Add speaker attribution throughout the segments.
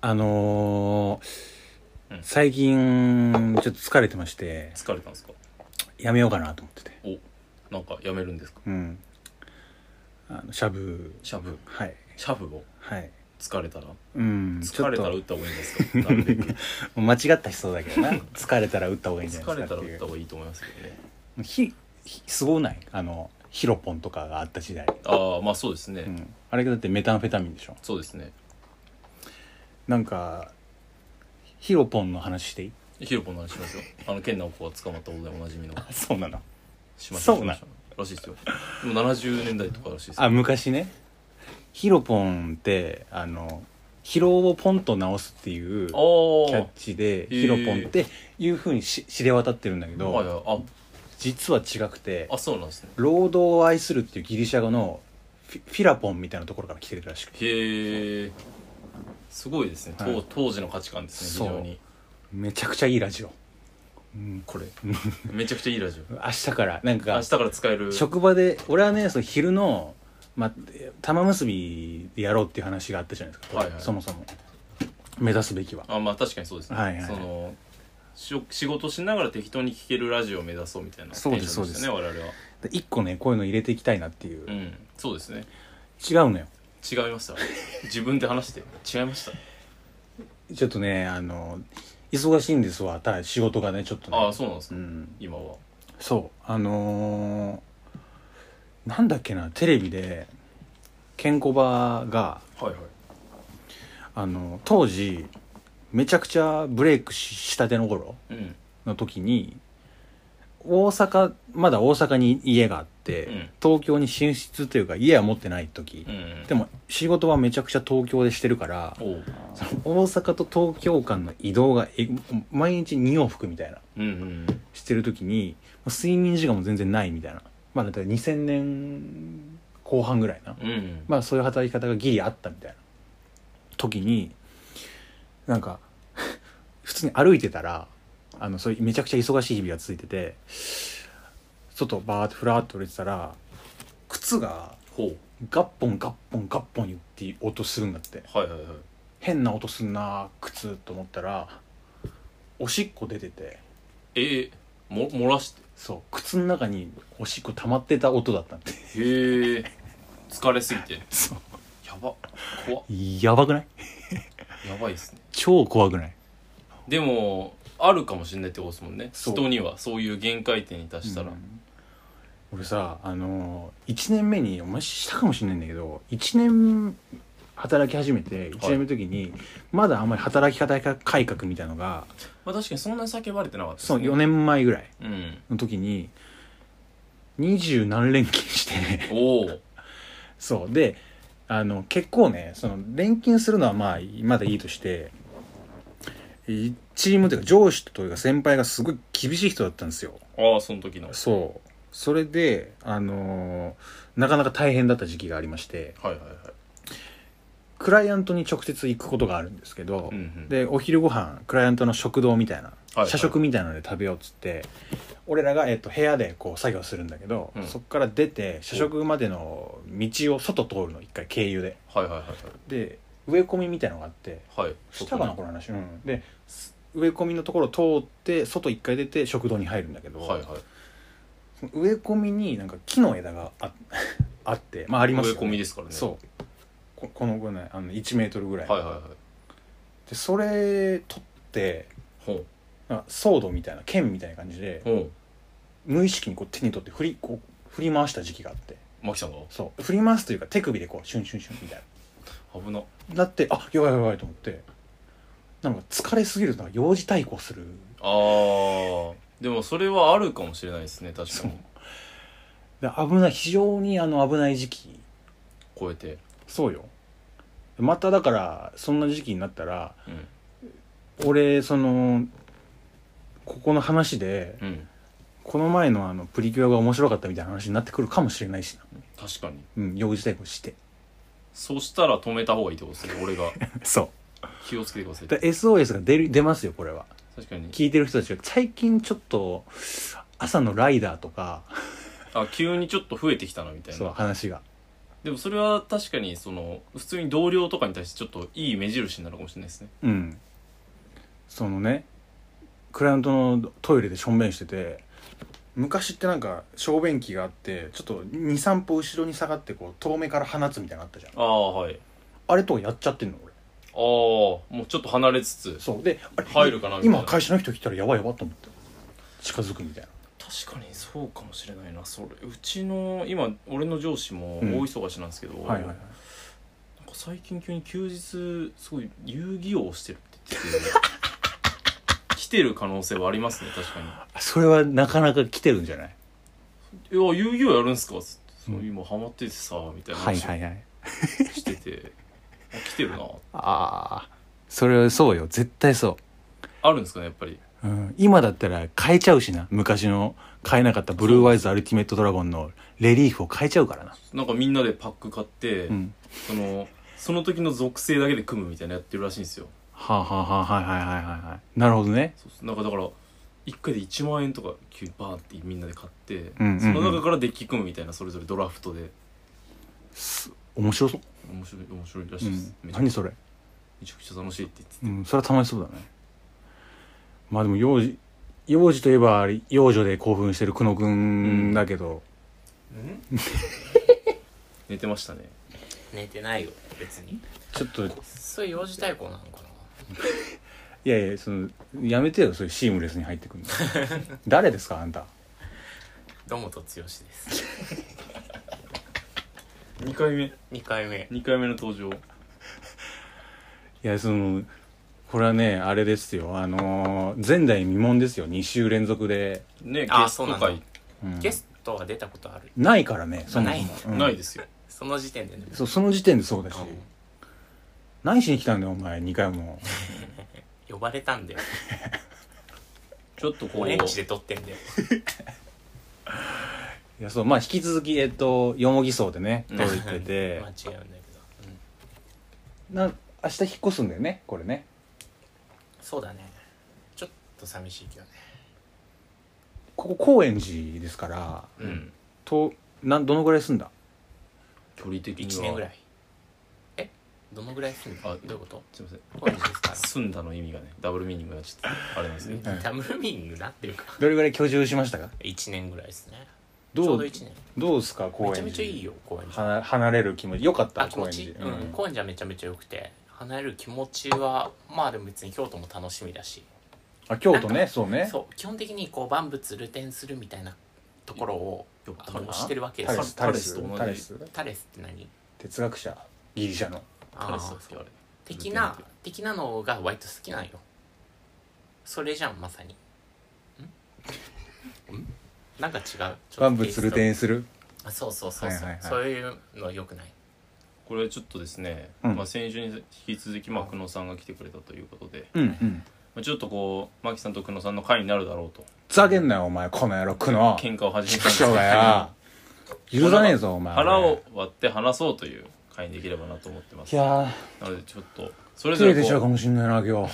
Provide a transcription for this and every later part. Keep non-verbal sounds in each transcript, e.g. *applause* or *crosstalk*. Speaker 1: あのー
Speaker 2: うん
Speaker 1: 最近ちょっと疲れてまして
Speaker 2: 疲れたんですか
Speaker 1: やめようかなと思ってて
Speaker 2: おなんかやめるんですか
Speaker 1: うんあのしゃぶ
Speaker 2: しゃぶ
Speaker 1: はい
Speaker 2: しゃぶを
Speaker 1: はい
Speaker 2: 疲れたら
Speaker 1: うんちょ
Speaker 2: 疲
Speaker 1: っ
Speaker 2: れたら打
Speaker 1: と
Speaker 2: った方がいいんですかなるべ
Speaker 1: *laughs*
Speaker 2: く
Speaker 1: 間違った人だけ
Speaker 2: *laughs*
Speaker 1: どな疲れたら打った方がいいんじゃな
Speaker 2: 疲
Speaker 1: いです
Speaker 2: れ
Speaker 1: か
Speaker 2: た
Speaker 1: って
Speaker 2: ら打
Speaker 1: い
Speaker 2: っ
Speaker 1: う
Speaker 2: た方がいいと思いますけどね
Speaker 1: ひひすごないあのヒロポンとかがあった時代、
Speaker 2: ああまあそうですね、
Speaker 1: うん、あれだってメタンフェタミンでしょ
Speaker 2: そうですね
Speaker 1: なんかヒロポンの話
Speaker 2: *laughs*
Speaker 1: していい
Speaker 2: ヒロポンの話しますよあの健直子が捕まったことでおなじみの
Speaker 1: あそうなの
Speaker 2: しま
Speaker 1: そうなん
Speaker 2: らしいですよでも70年代とからしいですよ
Speaker 1: あ昔ねヒロポンってあの疲労をポンと直すっていうキ
Speaker 2: あ
Speaker 1: ャ
Speaker 2: ー
Speaker 1: ッチで
Speaker 2: へー
Speaker 1: ヒロポンっていうふうにし知れ渡ってるんだけど、
Speaker 2: はいはい
Speaker 1: 実は違くて
Speaker 2: ああそうなんですね
Speaker 1: 労働を愛するっていうギリシャ語のフィフィラポンみたいなところから来てるらしくて
Speaker 2: へえすごいですね、当
Speaker 1: はい
Speaker 2: 当時の価値観ですね非常に
Speaker 1: めちゃくちゃいいラジオ、うん、
Speaker 2: これめちゃくちゃいいラジオ
Speaker 1: 明日からなん
Speaker 2: 明
Speaker 1: か
Speaker 2: 日から使える
Speaker 1: 職場で俺はねその昼の、まあ、玉結びでやろうっていう話があったじゃないですか、
Speaker 2: はいはい
Speaker 1: そもそも目指すべきは
Speaker 2: あまあ確かにそうですね、
Speaker 1: はいはい
Speaker 2: そのし仕事しながら適当に聴けるラジオを目指そうみたいな
Speaker 1: そうです
Speaker 2: テンションしたね我々は
Speaker 1: で一個ねこういうの入れていきたいなっていう、
Speaker 2: う
Speaker 1: 違うん
Speaker 2: そうですね
Speaker 1: のよ
Speaker 2: 違いました自分で話して違い
Speaker 1: *laughs*
Speaker 2: ました
Speaker 1: ちょっとねあの忙しいんですわただ仕事がねちょっとね
Speaker 2: ああそうなんですか、
Speaker 1: うん、
Speaker 2: 今は
Speaker 1: そうあのーなんだっけなテレビでケンコバが
Speaker 2: はいはい
Speaker 1: あの当時めちゃくちゃブレイクししたての頃
Speaker 2: うん
Speaker 1: の時に大阪まだ大阪に家があって、
Speaker 2: うん
Speaker 1: 東京に進出というか家は持ってない時
Speaker 2: う、ん
Speaker 1: でも仕事はめちゃくちゃ東京でしてるから
Speaker 2: おう
Speaker 1: その大阪と東京間の移動がえ毎日2往復みたいな
Speaker 2: うんうん
Speaker 1: してる時に睡眠時間も全然ないみたいなまあだって2000年後半ぐらいな、
Speaker 2: うんうん
Speaker 1: まあそういう働き方がギリあったみたいな時になんか *laughs* 普通に歩いてたらあのそういうめちゃくちゃ忙しい日々が続いてて外バーってふらーっと歩いてたら靴が
Speaker 2: ほう
Speaker 1: ガッポンガッポンガッポン言っていう音するんだって
Speaker 2: はいはいはい
Speaker 1: 変な音すんな靴と思ったらおしっこ出てて
Speaker 2: えー、も漏らして
Speaker 1: そう靴の中におしっこ溜まってた音だったんで
Speaker 2: へえ疲れすぎてや
Speaker 1: *laughs* そう
Speaker 2: ば怖
Speaker 1: やばくない
Speaker 2: やばいですね
Speaker 1: 超怖くない
Speaker 2: でもあるかもしれないってことですもんね
Speaker 1: そう
Speaker 2: 人にはそういう限界点に達したら、
Speaker 1: うん俺さあのー、1年目にお前したかもしれないんだけど1年働き始めて1年目の時に、まだあんまり働き方改革みたいのが
Speaker 2: まあ、確かにそんなに叫ばれてなかったです
Speaker 1: その4年前ぐらい
Speaker 2: うん
Speaker 1: の時に二十何連勤して
Speaker 2: おお
Speaker 1: そうであの結構ねその連勤するのはまあまだいいとしていチームというか上司というか先輩がすごい厳しい人だったんですよ
Speaker 2: ああその時のはい
Speaker 1: そうそれであのーなかなか大変だった時期がありまして
Speaker 2: はいはい
Speaker 1: クライアントに直接行くことがあるんですけど、
Speaker 2: うんうん
Speaker 1: でお昼ご飯クライアントの食堂みたいな、
Speaker 2: いはい
Speaker 1: 社食みたいなので食べようっつって俺らが、えっと部屋でこう作業するんだけど、
Speaker 2: うん
Speaker 1: そっから出て社食までの道を外通るの一回経由で
Speaker 2: はいはいは
Speaker 1: で植え込みみたいのがあって
Speaker 2: いはいはい
Speaker 1: したかなこの話、うん、です植え込みのところを通って外一回出て食堂に入るんだけど、
Speaker 2: はいはい
Speaker 1: その植え込みになんか木の枝があ *laughs* あってまあありますよ、ね、
Speaker 2: 植え込みですからね
Speaker 1: そうここのぐらいあの1メートルぐらい、
Speaker 2: はいはいはい
Speaker 1: でそれ取って
Speaker 2: ほう
Speaker 1: なんかソードみたいな剣みたいな感じで
Speaker 2: ほ
Speaker 1: 無意識にこう手に取って振りこう振り回した時期があって
Speaker 2: うマキさんが
Speaker 1: そう振り回すというか手首でこうシュンシュンシュンみたい
Speaker 2: 危な
Speaker 1: なだってあやばいやばいと思ってなんか疲れすぎるとなんか幼児対抗する
Speaker 2: あーでもそれはあるかもしれないですね確かに
Speaker 1: で危ない非常にあの危ない時期
Speaker 2: 超えて
Speaker 1: そうよまただからそんな時期になったら
Speaker 2: うん
Speaker 1: 俺そのここの話で
Speaker 2: うん
Speaker 1: この前のあのプリキュアが面白かったみたいな話になってくるかもしれないしな
Speaker 2: 確かに
Speaker 1: うん幼児対抗して
Speaker 2: そうしたら止めた方がいいってことですね俺が
Speaker 1: そ
Speaker 2: 気をつけてくださいう
Speaker 1: だ SOS が出る出ますよこれは
Speaker 2: 確かに
Speaker 1: 聞いてる人たちが最近ちょっと朝のライダーとか
Speaker 2: あ急にちょっと増えてきたなみたい
Speaker 1: そう
Speaker 2: な
Speaker 1: 話が
Speaker 2: でもそれは確かにその普通に同僚とかに対してちょっといい目印になるかもしれないですね
Speaker 1: うんそのねクライアントのトイレでしょんべんしてて昔ってなんか小便器があってちょっと23歩後ろに下がってこう遠目から放つみたいなのあったじゃん
Speaker 2: ああはい
Speaker 1: あれとかやっちゃってんの俺
Speaker 2: ああもうちょっと離れつつ
Speaker 1: そうであれ
Speaker 2: 入るかなみたいな
Speaker 1: 今会社の人来たらやばいやばと思って近づくみたいな
Speaker 2: 確かにそうかもしれないなそれうちの今俺の上司も大
Speaker 1: うん
Speaker 2: 忙しなんですけど、
Speaker 1: はいはいはい
Speaker 2: なんか最近急に休日すごい遊戯王をしてるって言ってて来てる *laughs* 可能性はありますね確かに
Speaker 1: それはなかなか来てるんじゃない
Speaker 2: 「いや遊戯王やるんすか?」つって「そう
Speaker 1: うん
Speaker 2: 今ハマっててさ」みたいな
Speaker 1: はい
Speaker 2: 話
Speaker 1: は
Speaker 2: を
Speaker 1: いはい
Speaker 2: してて、あ来てるな
Speaker 1: ああそれはそうよ絶対そ
Speaker 2: あるんですかねやっぱり
Speaker 1: う、うん、今だったら変えちゃうしな昔の変えなかったブルーワイズアルティメットドラゴンのレリーフを変えちゃうからな
Speaker 2: なんかみんなでパック買って、
Speaker 1: うん
Speaker 2: そのその時の属性だけで組むみたいなやってるらしいんですよ
Speaker 1: はあ、はあはあ、はいはいはいはいはいなるほどね
Speaker 2: そうそうなんかだから1回で1万円とか急にバーンってみんなで買って、
Speaker 1: うんうんうん
Speaker 2: その中からデッキ組むみたいなそれぞれドラフトです
Speaker 1: 面白そう、
Speaker 2: 面白い面白いら
Speaker 1: う
Speaker 2: しいです
Speaker 1: ん、、
Speaker 2: めちゃく
Speaker 1: 何
Speaker 2: ちゃ
Speaker 1: それ
Speaker 2: めちゃくちゃ楽しいって言ってて
Speaker 1: うんそれは楽しそうだねまあでも幼児幼児といえば幼女で興奮してる久野くんだけど、
Speaker 2: 寝てましたね
Speaker 3: 寝てないよ別に
Speaker 1: ちょっとい
Speaker 3: そういう幼児対抗なのかな
Speaker 1: やいやそのやめてよそういうシームレスに入ってくる
Speaker 2: *laughs*
Speaker 1: の誰ですかあんた
Speaker 3: 堂本剛です
Speaker 2: 2回目
Speaker 3: 2回目
Speaker 2: 2回目の登場
Speaker 1: いやそのこれはねあれですよあのー前代未聞ですよ2週連続で、
Speaker 2: ねゲ
Speaker 3: あ
Speaker 2: ス
Speaker 3: そ
Speaker 2: ト
Speaker 3: うなんだ
Speaker 2: 会
Speaker 1: うん
Speaker 3: ゲストは出たことある
Speaker 1: ないからねそも
Speaker 3: ないんだ
Speaker 1: そもうん
Speaker 2: ないですよ、
Speaker 3: その時点でね
Speaker 1: そうその時点でそうだし
Speaker 3: うん
Speaker 1: 何しに来たんだよお前2回も
Speaker 3: 呼ばれたんだよ
Speaker 2: ちょっとこ
Speaker 3: オ
Speaker 2: う
Speaker 3: レンジで撮ってんだよ
Speaker 1: いやそうまあ引き続きえっとよもぎ荘でね
Speaker 2: うん
Speaker 1: 撮ってて
Speaker 3: *laughs* 間違いないけど、うん、
Speaker 1: な明日引っ越すんだよねこれね
Speaker 3: そうだねちょっと寂しいけどね
Speaker 1: ここ高円寺ですから
Speaker 2: うん、
Speaker 1: となんどのぐらい住んだ
Speaker 2: 距離的には
Speaker 3: 1年ぐらいえどのぐらい住んだ
Speaker 2: あ
Speaker 3: どういうこと
Speaker 2: すいません
Speaker 3: 高円寺ですか
Speaker 2: *laughs* 住んだの意味がねダブルミーニングがちょっとあれなんですね
Speaker 1: うん
Speaker 3: ダブルミーニングなってるか
Speaker 1: どれぐらい居住しましたか
Speaker 3: 1年ぐらいですねち
Speaker 1: ど
Speaker 3: ょうど
Speaker 1: う
Speaker 3: 1年
Speaker 1: どうすか
Speaker 3: め
Speaker 1: 高円
Speaker 3: ちゃ
Speaker 1: 寺
Speaker 3: めちゃいいよ高円寺
Speaker 1: はな離れる気持ちよかった
Speaker 3: あ気持ちいい、
Speaker 1: 高円寺
Speaker 3: うん、高円寺はめちゃめちゃ良くて離れる気持ちはまあでも別に京都も楽しみだし
Speaker 1: あ京都
Speaker 3: な
Speaker 1: ねそうね
Speaker 3: そう基本的にこう万物ルテンするみたいなところを
Speaker 2: よく
Speaker 3: あ
Speaker 2: 食べた
Speaker 3: のしてるわけで
Speaker 1: タレ
Speaker 3: す
Speaker 1: ス
Speaker 3: よ
Speaker 1: タレス
Speaker 2: タレス
Speaker 1: タレス
Speaker 2: と同じ
Speaker 3: タレスって何
Speaker 1: 哲学者ギリシャの
Speaker 3: あ
Speaker 2: 彼
Speaker 3: ー
Speaker 2: 氏だっけあれ
Speaker 3: 的な的なのが割と好きなんよそれじゃんまさにんんなんか違うちょっと
Speaker 1: 万物ルテ
Speaker 3: テイ
Speaker 1: ンする
Speaker 3: ストあそうそうそうそう、
Speaker 1: はいはいはい
Speaker 3: そういうのよくない
Speaker 2: これちょっとですね、
Speaker 1: うん
Speaker 2: まあ、先週に引き続き、まあ、久野さんが来てくれたということで、
Speaker 1: うんうん
Speaker 2: まあ、ちょっとこう牧さんと久野さんの会になるだろうと
Speaker 1: ざけんなよお前この野郎くの
Speaker 2: 喧嘩を始めた
Speaker 1: 畜
Speaker 2: んですけ
Speaker 1: *laughs*
Speaker 2: ど
Speaker 1: 生がよ許さねえぞお前
Speaker 2: 腹を割って話そうという会にできればなと思ってま
Speaker 1: い
Speaker 2: す
Speaker 1: や
Speaker 2: なのでちょっとそれ
Speaker 1: ー
Speaker 2: ぞ
Speaker 1: 切れ
Speaker 2: れ
Speaker 1: てちゃうか
Speaker 2: こ
Speaker 1: もしんないな今日
Speaker 2: う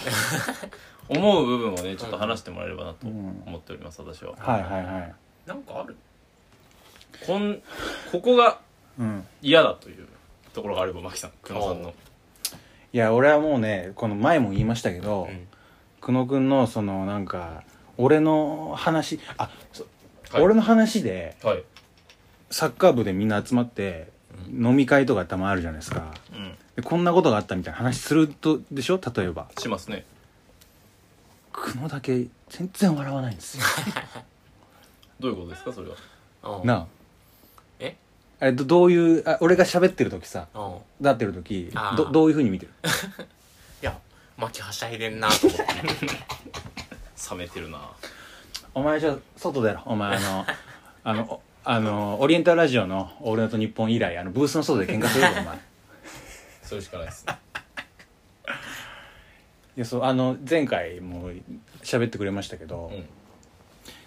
Speaker 2: 思う部分をねちょっと話してもらえればな
Speaker 1: う
Speaker 2: と
Speaker 1: ん
Speaker 2: 思っております私は
Speaker 1: はいはいはい
Speaker 3: なんかある
Speaker 2: こんここが
Speaker 1: うん
Speaker 2: 嫌だというところがあれば牧さん久野さんの
Speaker 1: いや俺はもうねこの前も言いましたけど、
Speaker 3: うん
Speaker 1: 久野くんのそのなんか俺の話あ、そ
Speaker 2: はい
Speaker 1: 俺の話で
Speaker 2: はい、
Speaker 1: サッカー部でみんな集まって飲み会とかたまあるじゃないですか
Speaker 2: うん、
Speaker 1: でこんなことがあったみたいな話するとでしょ例えば
Speaker 2: しますね
Speaker 1: 久野だけ全然笑わないんですよ
Speaker 2: どういうことですかそれは
Speaker 3: う
Speaker 1: *laughs*
Speaker 3: ん
Speaker 1: なあ
Speaker 3: え
Speaker 1: えっとどういうあ俺が喋ってる時さ
Speaker 3: うんい
Speaker 1: なってる時
Speaker 3: あー
Speaker 1: どどういうふうに見てる
Speaker 3: や巻きはしゃいでんなと
Speaker 1: *laughs*
Speaker 3: 思って
Speaker 2: 冷めてるな
Speaker 1: お前じゃ外出ろお前あ
Speaker 3: *laughs*
Speaker 1: のあのおあのオリエンタルラジオの「オールナイトニッポン」以来あのブースの外で喧嘩するぞお前い
Speaker 2: それしかな
Speaker 1: *laughs*
Speaker 2: いですね
Speaker 1: やそうあの前回も喋ってくれましたけど、
Speaker 2: うん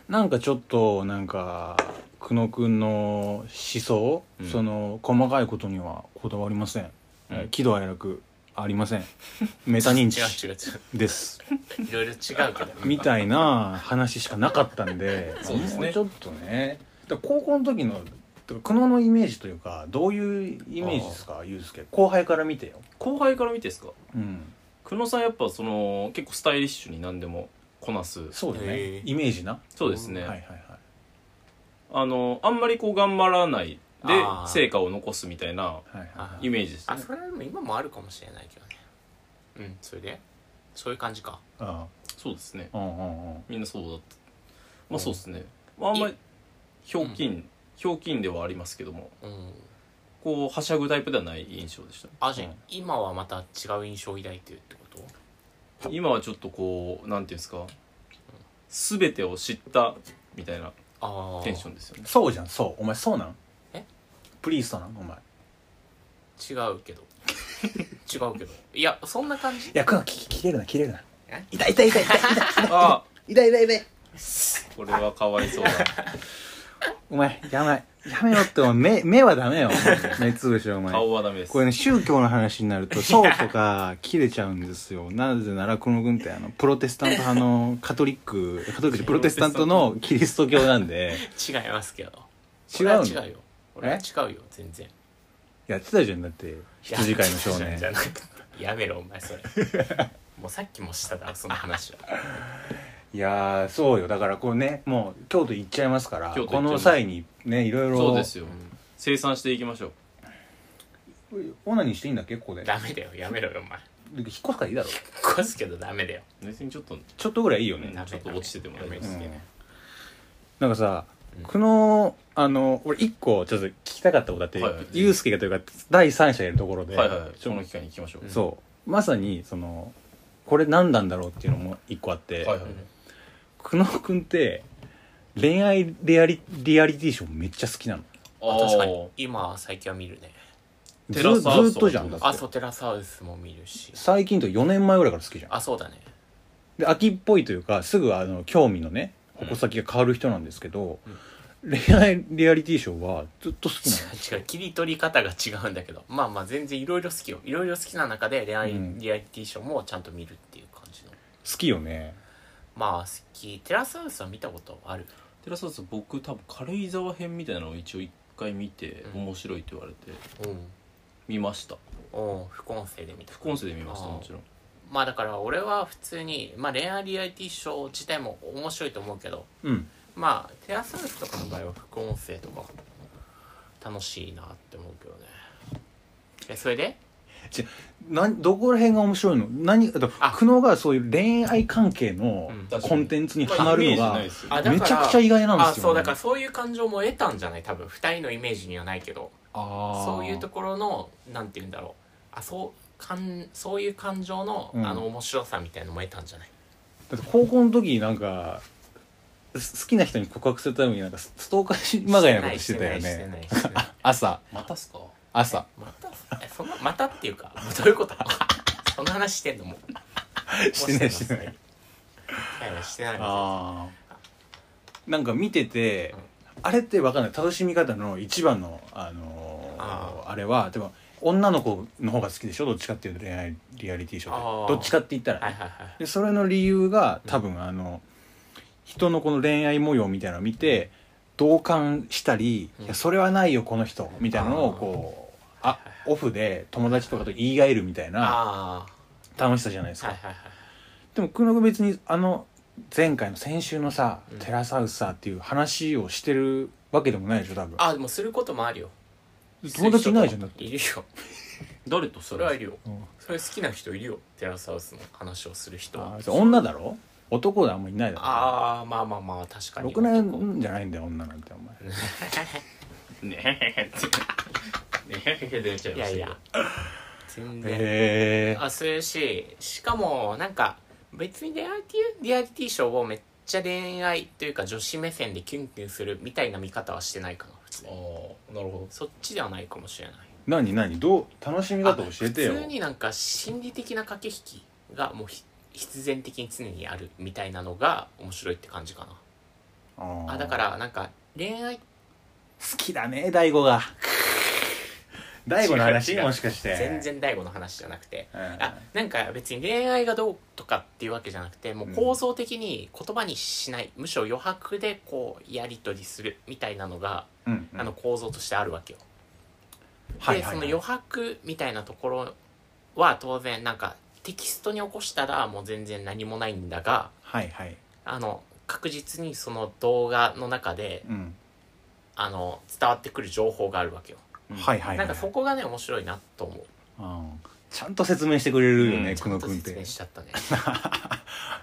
Speaker 1: なんかちょっとなんか久野くんの思想、
Speaker 2: うん
Speaker 1: その細かいことにはこだわりません、
Speaker 2: うん
Speaker 1: えー喜怒哀楽ありませんメタ認知
Speaker 3: *laughs* 違う違う
Speaker 1: です
Speaker 3: 違ういろいろ違うけど
Speaker 1: みたいな話しかなかったんで
Speaker 2: そうですね
Speaker 1: もうちょっとねだから高校の時のと久能のイメージというかどういうイメージですかユうスケ後輩から見てよ
Speaker 2: 後輩から見てですか
Speaker 1: うん
Speaker 2: 久野さんやっぱその結構スタイリッシュに何でもこなす
Speaker 1: そうだ
Speaker 3: へ
Speaker 1: ね
Speaker 3: え
Speaker 1: イメージな
Speaker 2: そうです
Speaker 1: は
Speaker 2: ね、
Speaker 1: いはいはい
Speaker 2: あのあんまりこう頑張らないで
Speaker 3: あー
Speaker 2: 成果を残すみたいな
Speaker 1: はいはいは
Speaker 3: あ
Speaker 2: イメージです
Speaker 3: あ
Speaker 2: ね
Speaker 3: それはでも今もあるかもしれないけどねうんそれでそういう感じか
Speaker 1: いあ
Speaker 2: そうですね
Speaker 1: あうんうんうん
Speaker 2: みんなそうだったまあそうですね、まあ、あんまりひょうきん、ひょうきんではありますけども
Speaker 3: うん
Speaker 2: こうはしゃぐタイプではない印象でした
Speaker 3: あじゃ
Speaker 1: う
Speaker 3: あ
Speaker 1: ん
Speaker 3: 今はまた違う印象を抱いてるってこと
Speaker 2: 今はちょっとこうなんていうんですか全てを知ったみたいな
Speaker 3: ああ
Speaker 2: テンションですよね
Speaker 1: そうじゃんそうお前そうなん
Speaker 3: え
Speaker 1: プリーストなんお前い
Speaker 3: 違うけど *laughs* 違うけどいやそんな感じ
Speaker 1: やくんき切れるな切れるな
Speaker 3: え
Speaker 1: 痛い痛い痛い痛い
Speaker 2: あ
Speaker 1: 痛い痛い痛い
Speaker 2: あこれはかわいそうだ
Speaker 1: お前やばいやめろってお前目目はダメよ目つぶしよお前
Speaker 2: 顔はダメです
Speaker 1: これね宗教の話になるとそうとか切れちゃうんですよなぜならこの軍隊あのプロテスタント派のカトリックカトリックでプロテスタントのキリスト教なんで
Speaker 3: 違いますけど
Speaker 1: 違う
Speaker 3: 俺は
Speaker 1: の
Speaker 3: 違うよ俺は違うよ全然
Speaker 1: やってたじゃんだって羊飼いの少
Speaker 3: いや *laughs*
Speaker 1: 年
Speaker 3: じゃなくてやめろお前それもうさっきもしただろその
Speaker 1: *laughs*
Speaker 3: 話はい
Speaker 1: やーそうよだからこうねもう京都行っちゃいますから
Speaker 2: 京都行っちゃ
Speaker 1: こ
Speaker 2: います
Speaker 1: の際にねいろいろ
Speaker 2: そうですよ、
Speaker 3: ん
Speaker 2: 生産していきましょう
Speaker 1: オナニーしていいんだっけここで
Speaker 3: ダメだよやめろよお前
Speaker 1: 引っ越すからいいだろ
Speaker 3: こすけどダメだよ
Speaker 2: 別にちょっと
Speaker 1: ちょっとぐらいいいよね、
Speaker 3: ダメ
Speaker 2: ちょっと落ちてても大丈夫
Speaker 3: ダメ
Speaker 2: です
Speaker 3: ダメ
Speaker 1: なんかさ、
Speaker 3: うん
Speaker 1: この、あの、俺一個ちょっと聞きたかったことあって
Speaker 2: はいはい、
Speaker 1: ユうスケがというか、第三者がいるところで、
Speaker 2: はいはい
Speaker 1: ちょ
Speaker 2: その機会に行きましょう、
Speaker 1: そう、まさに、その、これ何なんだろうっていうのも一個あって、
Speaker 2: はいはい、
Speaker 3: うん
Speaker 1: 久野くんって、恋愛リアリリアリティショーめっちゃ好きなの。
Speaker 3: あ
Speaker 2: あ
Speaker 3: 確かに今最近は見るね
Speaker 1: ず
Speaker 2: テラスハウス
Speaker 1: ずっとじゃん、だ
Speaker 2: と
Speaker 1: っ
Speaker 3: あ
Speaker 1: て
Speaker 3: そうテラサウスも見るし
Speaker 1: 最近と4年前ぐらいから好きじゃん。
Speaker 3: あそうだね
Speaker 1: で秋っぽいというかすぐあの興味のね矛先が変わる人なんですけど、恋愛リアリティショーはずっと好き
Speaker 2: *laughs*
Speaker 1: なの
Speaker 3: 違う違う切り取り方が違うんだけどまあまあ全然いろいろ好きよいろいろ好きな中で恋愛
Speaker 1: うん
Speaker 3: リアリティショーもちゃんと見るっていう感じの、
Speaker 1: 好きよね
Speaker 3: まあ好きテラスハウスは見たことある
Speaker 2: テラスハウス僕多分軽井沢編みたいなのを一応一回見て、
Speaker 3: うん
Speaker 2: 面白いって言われて
Speaker 3: うん
Speaker 2: 見ました
Speaker 3: うん副音声で見た
Speaker 2: 副音声で見ましたもちろん
Speaker 3: まあだから俺は普通に、まあ、恋愛リアリティショー自体も面白いと思うけど
Speaker 1: うん
Speaker 3: まあテラスハウスとかの場合は副音声とか楽しいなって思うけどねえそれで
Speaker 1: なんどこら辺が面白いの何だ
Speaker 3: あ
Speaker 1: 苦悩がそういう恋愛関係の
Speaker 3: うん
Speaker 2: 確かに
Speaker 1: コンテンツにハマるの
Speaker 2: ま
Speaker 1: が
Speaker 2: あイメージないですよね
Speaker 3: あだから
Speaker 1: めちゃくちゃ意外なんですよね
Speaker 3: あそうだからそういう感情も得たんじゃない多分2人のイメージにはないけど
Speaker 1: あー
Speaker 3: そういうところのなんて言うんだろうあそうかんそういう感情の、
Speaker 1: うん
Speaker 3: あの面白さみたいのも得たんじゃない
Speaker 1: だって高校の時になんかす好きな人に告白するためになんかスストーカーまがいなことしてたよ
Speaker 3: して
Speaker 1: ね
Speaker 3: ないしてないしてない
Speaker 1: 朝
Speaker 2: *laughs* またっすか
Speaker 3: *laughs*
Speaker 1: 朝
Speaker 3: またえそのまたっていうかどういうこと *laughs* そんな話してんのもうもう
Speaker 1: してないしてない
Speaker 3: はいはいしてないです
Speaker 1: ああなんか見てて、
Speaker 3: うん
Speaker 1: あれってわかんない楽しみ方の一番の、あのー
Speaker 3: あ
Speaker 1: あれはでも女の子の方が好きでしょどっちかっていうと恋愛リアリティショー
Speaker 3: あ
Speaker 1: で
Speaker 3: ー
Speaker 1: どっちかって言ったら、
Speaker 3: はいはいはい
Speaker 1: でそれの理由が多分、あの人のこの恋愛模様みたいなのを見て同感したり、
Speaker 3: うん
Speaker 1: いやそれはないよこの人みたいなのをこうあオフで友達とかと言い合えるみたいな
Speaker 3: あ
Speaker 1: 楽しさじゃないです
Speaker 3: あ
Speaker 1: か
Speaker 3: はい、はいはい
Speaker 1: でも久野君別にあの前回の先週のさ、
Speaker 3: うん
Speaker 1: テラサウスさっていう話をしてるわけでもないでしょ多分
Speaker 3: あでもすることもあるよ
Speaker 1: 友達いないじゃんだって、
Speaker 3: いるよ
Speaker 2: 誰とそ
Speaker 3: そ
Speaker 2: れ
Speaker 3: れ
Speaker 2: は
Speaker 3: はいるよ
Speaker 1: うん
Speaker 3: それ好きな人いるよテラスハウスの話をする人
Speaker 1: あ
Speaker 3: あ
Speaker 1: それ女だろ男であんまいないだろ
Speaker 3: あーまあまあまあ確かに
Speaker 1: ろくなんじゃないんだよ女なんてお前
Speaker 2: ねえってねえって出ちゃい
Speaker 3: い
Speaker 2: ま
Speaker 3: や
Speaker 2: した
Speaker 3: い
Speaker 2: けど
Speaker 3: や全然、
Speaker 1: へえ
Speaker 3: あそういうししかもなんか別にリアリティリアリティショーをめっちゃ恋愛というか女子目線でキュンキュンするみたいな見方はしてないかな普通
Speaker 2: ああなるほ
Speaker 3: そっちではないかもしれない
Speaker 1: 何何どう楽しみ方教えてよ
Speaker 3: 普通になんか心理的な駆け引きがもうひ必然的に常にあるみたいなのが面白いって感じか
Speaker 1: あ
Speaker 3: なあだかららなんか恋愛
Speaker 1: 好きだね大悟が大悟の話
Speaker 3: 違う違う
Speaker 1: もしかして
Speaker 3: 全然大悟の話じゃなくて、
Speaker 1: うん
Speaker 3: あなんか別に恋愛がどうとかっていうわけじゃなくてもう構造的に言葉にしない、むしろ余白でこうやり取りするみたいなのが、
Speaker 1: うんうん
Speaker 3: あの構造としてあるわけよ。
Speaker 1: はい
Speaker 3: で
Speaker 1: はい
Speaker 3: その
Speaker 1: はい
Speaker 3: 余白みたいなところは当然なんかテキストに起こしたらもう全然何もないんだが
Speaker 1: はいはい
Speaker 3: あの確実にその動画の中で
Speaker 1: うん
Speaker 3: あの伝わってくる情報があるわけよ。
Speaker 2: うん
Speaker 1: はいはいはい
Speaker 3: なんかそこがね面白いなと思う。
Speaker 1: うんちゃんと説明してくれるよ
Speaker 2: う
Speaker 1: ね
Speaker 2: ん
Speaker 3: ち
Speaker 1: 久
Speaker 3: ゃ
Speaker 1: 野
Speaker 3: んと
Speaker 1: 君っ
Speaker 3: 説明
Speaker 1: て
Speaker 3: しちゃったね。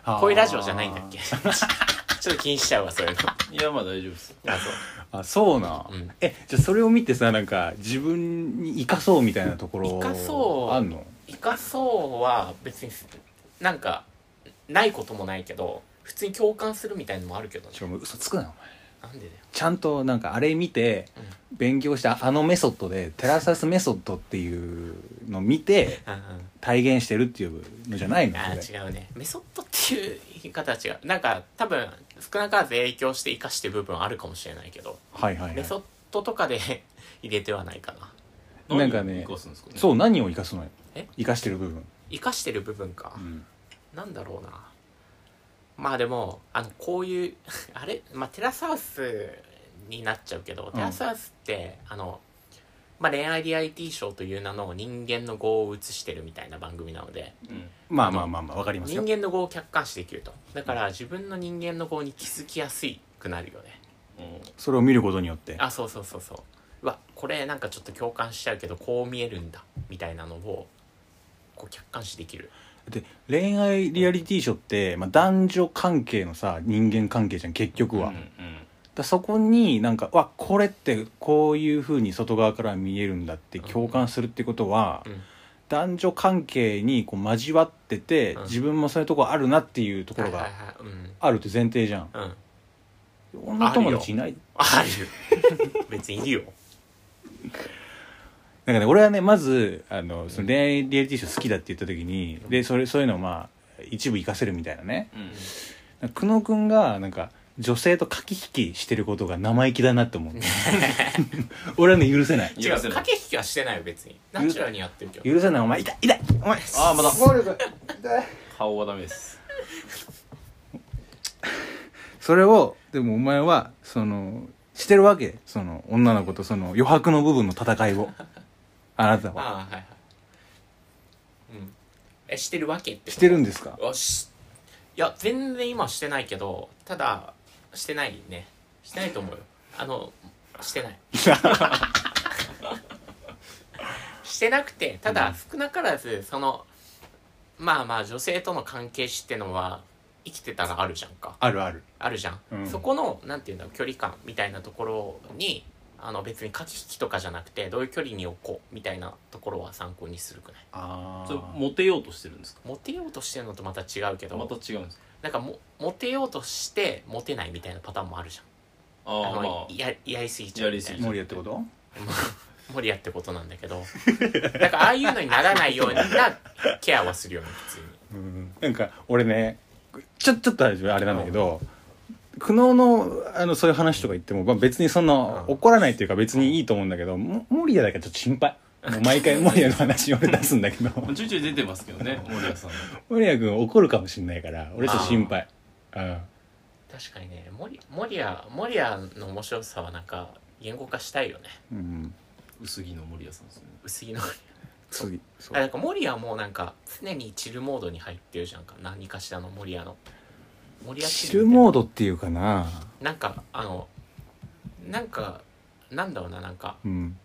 Speaker 1: あー
Speaker 3: こういうラジオじゃないんだっけちょっと気に *laughs* しちゃうわそういうの
Speaker 2: いやまあ大丈夫です
Speaker 3: あそう
Speaker 1: あそうな
Speaker 3: うん
Speaker 1: えじゃあそれを見てさなんか自分に生かそうみたいなところ
Speaker 3: 生かそう
Speaker 1: あんの
Speaker 3: イカソウは別になんかないこともないけど普通に共感するみたいのもあるけどね
Speaker 1: ちょもう嘘つくなよお前
Speaker 3: なんでだよ
Speaker 1: ちゃんとなんかあれ見て勉強したあのメソッドでテラサスメソッドっていうの見て
Speaker 3: あ
Speaker 1: 体現してるっていうのじゃないの
Speaker 3: あ
Speaker 1: それ
Speaker 3: 違うねメソッドっていう言い方は違うなんか多分少なからず影響して生かしてる部分はあるかもしれないけど
Speaker 1: はいはい、は
Speaker 3: メ
Speaker 1: い
Speaker 3: ソ、ッドとかで *laughs* 入れてはないかな
Speaker 1: なんかね
Speaker 2: 何を生かすんですかね
Speaker 1: そう何を生かすのよ
Speaker 3: え
Speaker 1: 生かしてる部分、
Speaker 3: 生かしてる部分か、
Speaker 1: うん
Speaker 3: なんだろうなまあでもあのこういう *laughs* あれ、まあ、テラスハウスになっちゃうけど、テラスハウスってあの、まあ、恋愛リアリティショーという名の人間の業を映してるみたいな番組なので
Speaker 2: うん
Speaker 1: まあまあまあまあわかります
Speaker 3: 人
Speaker 1: よ
Speaker 3: 間の業を客観視できるとだから自分の人間の業に気づきやすくなるよね
Speaker 2: うん
Speaker 1: それを見ることによって
Speaker 3: あそうそうそうそううわこれなんかちょっと共感しちゃうけどこう見えるんだみたいなのをこう客観視できる
Speaker 1: で恋愛リアリティショーって、まあ、男女関係のさ人間関係じゃん結局は、
Speaker 2: うん
Speaker 1: だか
Speaker 2: うん
Speaker 1: らそこになんかわこれってこういうふうに外側から見えるんだって共感するってことは、
Speaker 3: うん
Speaker 1: 男女関係にこう交わってて、
Speaker 3: うん
Speaker 1: 自分もそういうとこあるなっていうところ
Speaker 3: はい
Speaker 1: が
Speaker 3: はいはい
Speaker 1: あるって前提じゃん
Speaker 3: うんうん
Speaker 1: 女友達いない
Speaker 3: あるよ別にいる *laughs* よ
Speaker 1: なんかね、俺はね、まず、あの、その恋愛リアリティショー好きだって言った時に、で、それ、そういうのをまあ、一部活かせるみたいなね。
Speaker 2: うん
Speaker 1: なんか久野くんが、なんか、女性と駆け引きしてることが生意気だなって思
Speaker 3: *laughs*
Speaker 1: う。俺はね、許せない。
Speaker 3: 違う
Speaker 2: 許せない
Speaker 3: 駆け引きはしてないよ別にナチュラルにやってるけど
Speaker 1: 許せない、お前、痛い、痛いお前、
Speaker 2: ああまだ
Speaker 1: 暴力痛い
Speaker 2: 顔はダメです
Speaker 1: それを、でもお前は、その、してるわけ。その、女の子とその余白の部分の戦 *laughs* いを。あなたは。
Speaker 3: ああはいはいうんえしてるわけって
Speaker 1: してるんですか
Speaker 3: よしいや全然今してないけどただしてないねしてないと思うよあのしてないしてなくてただ少なからずそのまあまあ女性との関係値ってのは生きてたらあるじゃんか
Speaker 1: あるある。
Speaker 3: あるじゃん、
Speaker 1: うん
Speaker 3: そこのなんていうんだろう距離感みたいなところにあの別に駆け引きとかじゃなくてどういう距離に置こうみたいなところは参考にするくない
Speaker 1: あ
Speaker 2: それ
Speaker 1: ー
Speaker 2: モテようとしてるんですか
Speaker 3: モテようとしてるのとまた違うけど、
Speaker 2: また違うんですか
Speaker 3: なんかもモテようとしてモテないみたいなパターンもあるじ
Speaker 2: あ
Speaker 3: ゃん
Speaker 2: あまあ
Speaker 3: のややりすぎちゃうみた
Speaker 2: やりす
Speaker 3: い
Speaker 2: ぎ
Speaker 3: な
Speaker 1: 森谷ってこと
Speaker 3: 森谷ってことなんだけど *laughs* なんかああいうのにならないようになケアはするよね普通に
Speaker 1: なんか俺ねちょちょっとあれなんだけど苦悩のあのそういう話とか言っても、まあ、別にそんな
Speaker 3: うん
Speaker 1: 怒らないっていうか別にいいと思うんだけども守谷だけはちょっと心配もう毎回守谷の話俺出すんだ *laughs* けど
Speaker 2: まあちょいちょい出てますけどね森谷さんの
Speaker 1: 守谷君怒るかもしんないから俺ちょっと心配うん
Speaker 3: 確かにね森森谷森谷の面白さはなんか言語化したいよね
Speaker 1: うん
Speaker 2: 薄着の森谷さんですよね
Speaker 3: 薄着の
Speaker 1: 次そ
Speaker 3: あ
Speaker 1: う
Speaker 3: なんか森谷もなんか常にチルモードに入ってるじゃんか何かしらの森谷の森谷
Speaker 1: チルモー
Speaker 3: ド
Speaker 1: ドっていうかな
Speaker 3: なんかあのなんかなんだろうななんか
Speaker 1: うん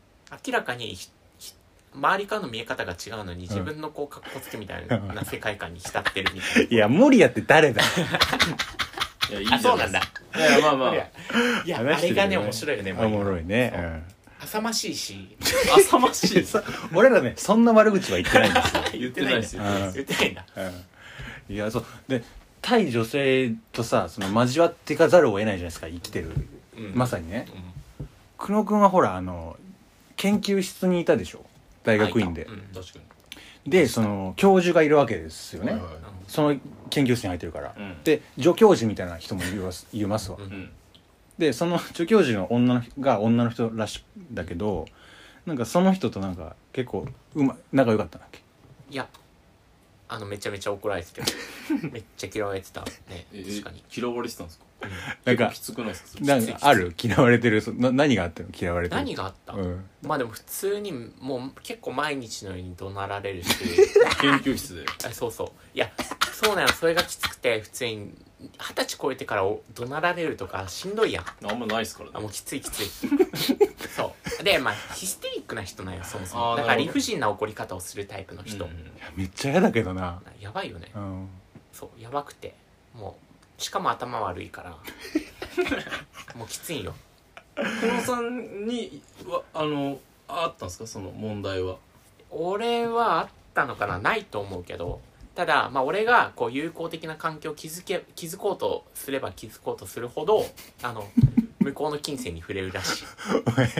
Speaker 3: 明らかにひひ周りからの見え方が違うのに自分のこうかっこつけみたいな,、
Speaker 1: うん
Speaker 3: 世界観に浸ってるみたい
Speaker 1: いや守谷って誰だ
Speaker 2: いやいいじ
Speaker 3: な
Speaker 2: ゃ
Speaker 3: あそうなんだ
Speaker 2: いやいやまあまあ
Speaker 3: いやいや、あ
Speaker 1: 話してる
Speaker 3: れ
Speaker 1: よ
Speaker 3: がね面白いよね
Speaker 1: *laughs* おも
Speaker 3: い
Speaker 1: ろいね、
Speaker 3: 浅ましいし
Speaker 2: 浅まし
Speaker 1: うんそ俺らねそんな悪口は言ってないんです *laughs* よ
Speaker 2: 言ってないですよ
Speaker 1: うん
Speaker 3: 言ってないんだ
Speaker 1: うんいやそうで対女性とさその交わっていかざるを得ないじゃないですか生きてる、
Speaker 3: うん
Speaker 1: まさにね
Speaker 3: うん
Speaker 1: 久野君はほらあの研究室にいたでしょ大学院で、
Speaker 3: あいたうん
Speaker 2: 確か
Speaker 1: でその教授がいるわけですよ
Speaker 2: に
Speaker 1: ね、
Speaker 2: はいは
Speaker 1: その研究室に入ってるから、
Speaker 2: うん
Speaker 1: で助教授みたいな人もいますいますわ、
Speaker 3: うん
Speaker 2: いうん
Speaker 1: *laughs* でその助教授の女の人が女の人らしいんだけどなんかその人となんか結構うま仲良かったんだっけ
Speaker 3: いやあのめちゃめちゃ怒られ
Speaker 1: *laughs*
Speaker 3: ててめっちゃ嫌われてたね
Speaker 2: え
Speaker 3: 確かに、
Speaker 2: 嫌われてたんですか
Speaker 3: うん
Speaker 1: なん
Speaker 2: 結構
Speaker 1: か
Speaker 2: きつくないですかそれ
Speaker 1: なんかある嫌われてるそな何があったの嫌われてる
Speaker 3: 何があった、
Speaker 1: うん、
Speaker 3: まあでも普通にもう結構毎日のように怒鳴られるし
Speaker 2: 研究室で
Speaker 3: *laughs* あそうそういやそうなのそれがきつくて普通に二十歳超えてからお怒鳴られるとかしんどいやん
Speaker 2: あんまないですから
Speaker 3: あ
Speaker 2: ね
Speaker 3: もうきついきつい
Speaker 1: *laughs*
Speaker 3: そうでまあヒステリックな人なんよそもそ
Speaker 2: あ
Speaker 3: も
Speaker 2: ー
Speaker 3: だから
Speaker 2: なる
Speaker 3: 理
Speaker 2: ほど
Speaker 3: 不尽な怒り方をするタイプの人、
Speaker 2: うんうん
Speaker 1: いやめっちゃ嫌だけどな、
Speaker 3: やばいよね
Speaker 1: うん、
Speaker 3: そうやばくてもうしかも頭悪いから
Speaker 1: *laughs*
Speaker 3: もうきついよ
Speaker 2: 小野さんにはあのあったんですかその問題は
Speaker 3: 俺はあったのかなないと思うけどただ、まあ、俺がこう友好的な環境を築け築こうとすれば築こうとするほどあの向こうの金銭に触れるらしい
Speaker 1: なんか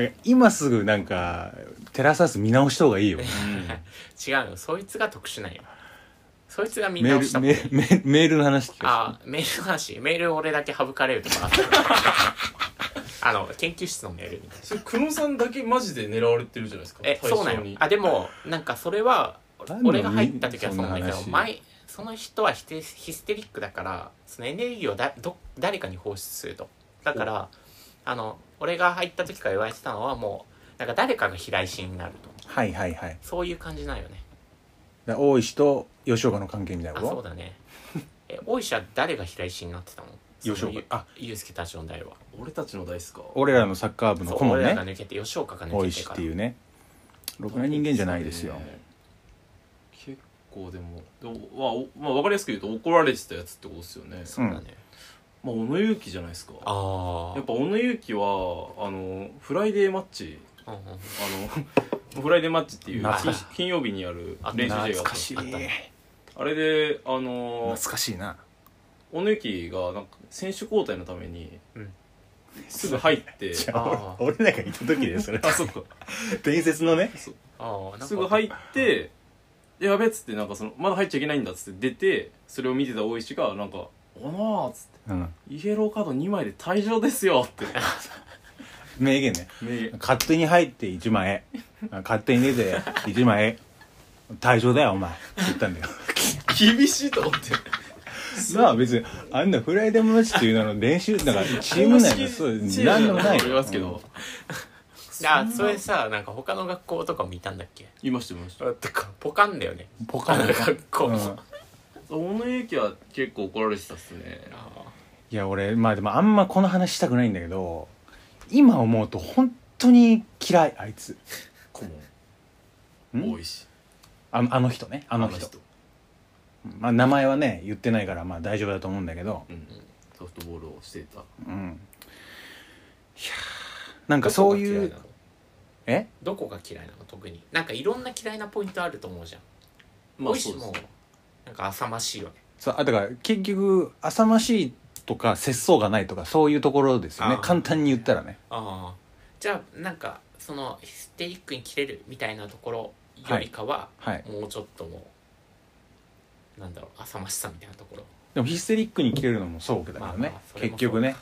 Speaker 1: *laughs* 今すぐなんかテラスハウス見直した方が
Speaker 3: *laughs*
Speaker 1: いいよ
Speaker 3: 違うよそいつが特殊なんよそいつが見
Speaker 1: メ
Speaker 3: 直し
Speaker 1: ー
Speaker 3: た
Speaker 1: ル
Speaker 3: もん
Speaker 1: メールメールメールの話聞か
Speaker 3: あメールの話メール俺だけ省かれるとかあの研究室のメールみたいな
Speaker 2: それ久野さんだけマジで狙われてるじゃないですか
Speaker 3: え
Speaker 2: 対
Speaker 3: そう
Speaker 2: 象
Speaker 3: なんよ
Speaker 2: に
Speaker 3: あでもなんかそれは
Speaker 1: なんで
Speaker 3: 俺が入った時はそうなんだけど
Speaker 1: そんな話
Speaker 3: 前その人はヒテヒステリックだからそのエネルギーをだど誰かに放出するとだからあの俺が入った時から言われてたのはもうなんか誰かが飛来心になると
Speaker 1: せはいはいはい
Speaker 3: そういう感じなんよね
Speaker 1: だから大石と吉岡の関係みたいな
Speaker 3: あ
Speaker 1: こ
Speaker 3: そ
Speaker 1: と
Speaker 3: うだね *laughs* え大石は誰が飛来心になってたの
Speaker 1: 吉岡
Speaker 3: そのゆ
Speaker 1: あ
Speaker 3: ゆうすけたちの代は
Speaker 2: 俺たちの代ですか
Speaker 1: 俺らのサッカー部の
Speaker 3: そう
Speaker 1: 顧問
Speaker 3: 俺ら
Speaker 1: ね
Speaker 3: が抜けて吉岡が抜
Speaker 1: 大
Speaker 3: けて
Speaker 1: 石
Speaker 3: か
Speaker 1: っ
Speaker 3: ら
Speaker 1: ていうねろくな人間じゃないですよ
Speaker 2: 結構でもでもまあ、おまあ、分かりやすく言うと怒られてたやつってことですよね
Speaker 3: そうだね、
Speaker 2: まあ小野勇気じゃないですかやっ
Speaker 3: ああ
Speaker 2: ぱ小野勇気はあのフライデーマッチ
Speaker 3: うんうんうん
Speaker 2: あの *laughs* フライデーマッチっていう
Speaker 1: 懐
Speaker 3: かしい
Speaker 2: 金金曜日にやる
Speaker 3: あった
Speaker 2: 練習試合があっ
Speaker 1: 懐
Speaker 2: たん
Speaker 1: か
Speaker 2: です
Speaker 1: しい
Speaker 2: よ
Speaker 3: あった
Speaker 2: あれであの
Speaker 1: 懐かしいな
Speaker 2: 小野勇気がなんか選手交代のために、
Speaker 3: うん
Speaker 2: すぐ入っ
Speaker 1: *laughs*
Speaker 2: て
Speaker 1: じゃ
Speaker 3: あ
Speaker 1: あ俺俺らがいた時でそれ
Speaker 2: あそっか
Speaker 1: *laughs* 伝説のね
Speaker 2: そう
Speaker 3: ああ
Speaker 2: すぐ入って「やべ」っつってなんかそのまだ入っちゃいけないんだっつって出てそれを見てた大石がなんか「おなー」っつって
Speaker 1: うん
Speaker 2: 「イエローカード2枚で退場ですよ」って
Speaker 1: *laughs* 名言ね
Speaker 2: 名言
Speaker 1: 勝手に入って1万円あ勝手に出て1万円退場だよお前って言ったんだよ
Speaker 2: 厳しいと思
Speaker 1: *laughs*
Speaker 2: って
Speaker 1: まあ別にあんなフライデーマッチっていうのの練習なんかチーム内のそう
Speaker 2: 公式
Speaker 1: 何でもない
Speaker 2: チームだと思いますけど、
Speaker 3: あ
Speaker 2: んな
Speaker 3: それさなんか他の学校とかもいたんだっけ
Speaker 2: 言いました言いました
Speaker 3: てかポカンだよね
Speaker 1: うんポ
Speaker 3: 他
Speaker 1: カン
Speaker 3: の学校、
Speaker 1: うん
Speaker 3: あ
Speaker 2: 小野勇気は結構怒られてたっすね
Speaker 3: あ
Speaker 1: いや俺まあでもあんまこの話したくないんだけど今思うと本当に嫌いあいつ
Speaker 2: 顧
Speaker 1: ん
Speaker 2: 問大石
Speaker 1: あのあの人ねあ
Speaker 2: あ
Speaker 1: の人まあ、名前はね言ってないからまあ大丈夫だと思うんだけど
Speaker 2: うんソフトボールをしていた
Speaker 1: うんいやーなんかそういうえ
Speaker 3: どこが嫌いなの特になんかいろんな嫌いなポイントあると思うじゃん、
Speaker 2: ま
Speaker 3: ま
Speaker 2: あ
Speaker 3: あ、
Speaker 2: そうです
Speaker 3: もなんか浅ましいよね
Speaker 1: そうあだから結局浅ましいとか節操がないとかそういうところですよね
Speaker 3: あー
Speaker 1: 簡単に言ったらね
Speaker 3: ああじゃあなんかそのヒステリックに切れるみたいなところよりかは、
Speaker 1: はい
Speaker 3: もうちょっともうなんだろう浅ましさみたいなところ
Speaker 1: でもヒステリックに切れるのもそうだけどね、
Speaker 3: まあまあそれも
Speaker 1: 結局ね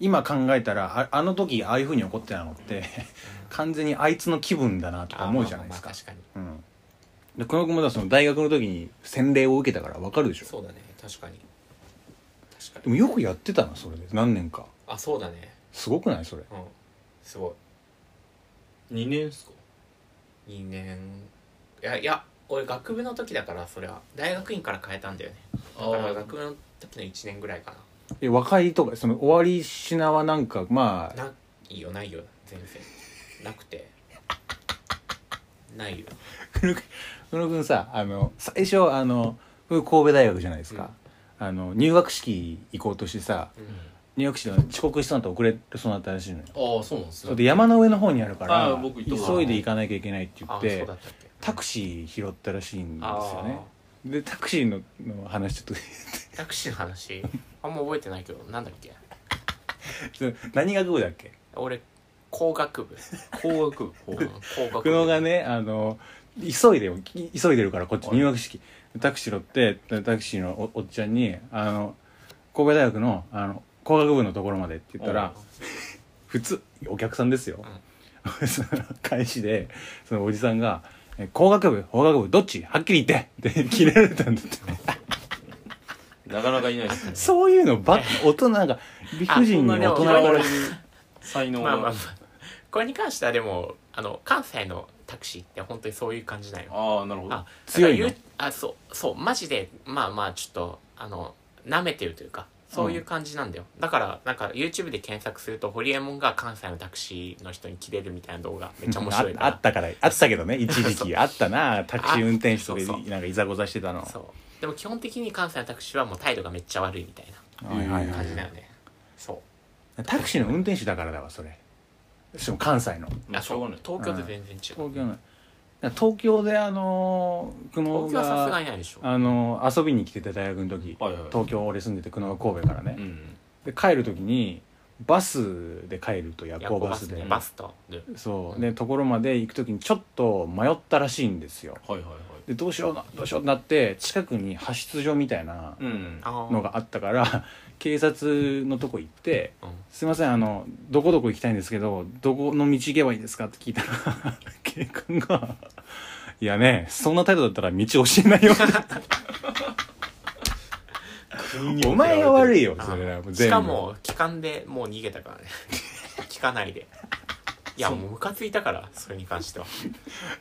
Speaker 1: 今考えたらああの時ああいうふうに怒ってたのって完全にあいつの気分だなとか思うじゃないですか
Speaker 3: ああまあまあ確かに
Speaker 1: うんでこの子もだからその大学の時に洗礼を受けたから分かるでしょ
Speaker 3: そうだね確かに確
Speaker 1: で
Speaker 3: か
Speaker 1: も
Speaker 3: に
Speaker 1: よくやってたなそれで何年か
Speaker 3: あそうだね
Speaker 1: すごくないそれ
Speaker 3: うんすごい
Speaker 2: 2年っすか
Speaker 3: 2年いやいや俺学部の時だからそれは大学院から変えたんだよねだから学部の時の1年ぐらいか
Speaker 1: え和解とかその終わり品はなんかまあ *laughs*
Speaker 3: なないいよないよ全然なくてないよ
Speaker 1: 宇野君さあの最初あの僕神戸大学じゃないですか、あの入学式行こうとしてさ
Speaker 3: うん
Speaker 1: 入学式の遅刻したのと遅れそうになったらしいのよ
Speaker 2: ああそうなんです
Speaker 1: それで山の上の方にあるから
Speaker 2: あー僕行ったことあ
Speaker 1: 急
Speaker 2: る
Speaker 1: いで行かなきゃいけないって言
Speaker 3: あ
Speaker 1: っ
Speaker 3: そう
Speaker 1: て
Speaker 3: だったっけ
Speaker 1: タクシー拾ったらしいんです
Speaker 3: あ
Speaker 1: よねでタクシーのの話ちょっと
Speaker 3: ータクシーの話あんま覚えてないけどなんだっけ
Speaker 1: *laughs* 何学部だっけ
Speaker 3: 俺工学部
Speaker 2: 工学部
Speaker 3: うん工学
Speaker 1: 僕のがねあの急いでよ急いでるからこっち入学式タクシー乗ってタクシーのおおっちゃんに「あの神戸大学のあの工学部のところまで」って言ったら普通お客さんですよ、その *laughs* 返しでそのおじさんが「え工学部法学部どっちはっきり言って!」って切れられたんだって
Speaker 2: なかなかいないですね
Speaker 1: そういうのばっ大人が理不尽に
Speaker 3: あ
Speaker 1: 大
Speaker 3: でも
Speaker 1: 人
Speaker 2: 嫌わ
Speaker 1: が
Speaker 2: れる才能
Speaker 3: まあまあま
Speaker 2: が
Speaker 3: あこれに関してはでもあの関西のタクシーって本当にそういう感じなんよ
Speaker 2: ああなるほど
Speaker 3: あ
Speaker 1: 強いの
Speaker 3: だからゆあそうそうマジでまあまあちょっとあの舐めてるというかそういう感じなんだよ、だからなんか YouTube で検索するとホリエモンが関西のタクシーの人に切れるみたいな動画めっちゃ面白い
Speaker 1: ああ
Speaker 3: な
Speaker 1: ったからあったけどね一時期あった
Speaker 3: *laughs*
Speaker 1: なタクシー運転手とか
Speaker 3: あそうそう
Speaker 1: なんかいざこざしてたの
Speaker 3: そうでも基本的に関西のタクシーはもう態度がめっちゃ悪いみたい
Speaker 1: はいはい
Speaker 3: な
Speaker 1: は
Speaker 3: 感じだ
Speaker 1: い
Speaker 3: よねそう
Speaker 1: タクシーの運転手だからだわそれしかも関西の
Speaker 2: まあしょうがない
Speaker 3: 東京と全然違う、
Speaker 1: 東京の東京であのー久野
Speaker 3: 東京はさすが
Speaker 1: が
Speaker 3: にないでしょ
Speaker 1: あのー遊びに来てた大学の時
Speaker 2: はいはいはい
Speaker 1: 東京俺住んでて久野が神戸からね、
Speaker 2: うん
Speaker 1: で帰る時にバスで帰ると夜行バスで
Speaker 3: 夜行バスとで
Speaker 1: そうでところまで行く時にちょっと迷ったらしいんですよ
Speaker 2: はいはいはい
Speaker 1: でどうしようなどうしようってなって近くに派出所みたいな
Speaker 2: うん
Speaker 3: あー
Speaker 1: のがあったから警察のとこ行って
Speaker 3: うん
Speaker 1: 「すいませんあのどこどこ行きたいんですけどどこの道行けばいいですか?」って聞いたら *laughs* 警官が「いやねそんな態度だったら道教えないよ」お前が悪いよそれは全部
Speaker 3: しかも帰還でもう逃げた
Speaker 1: *laughs*
Speaker 3: からね聞かないでいやもうムカついたからそれに関しては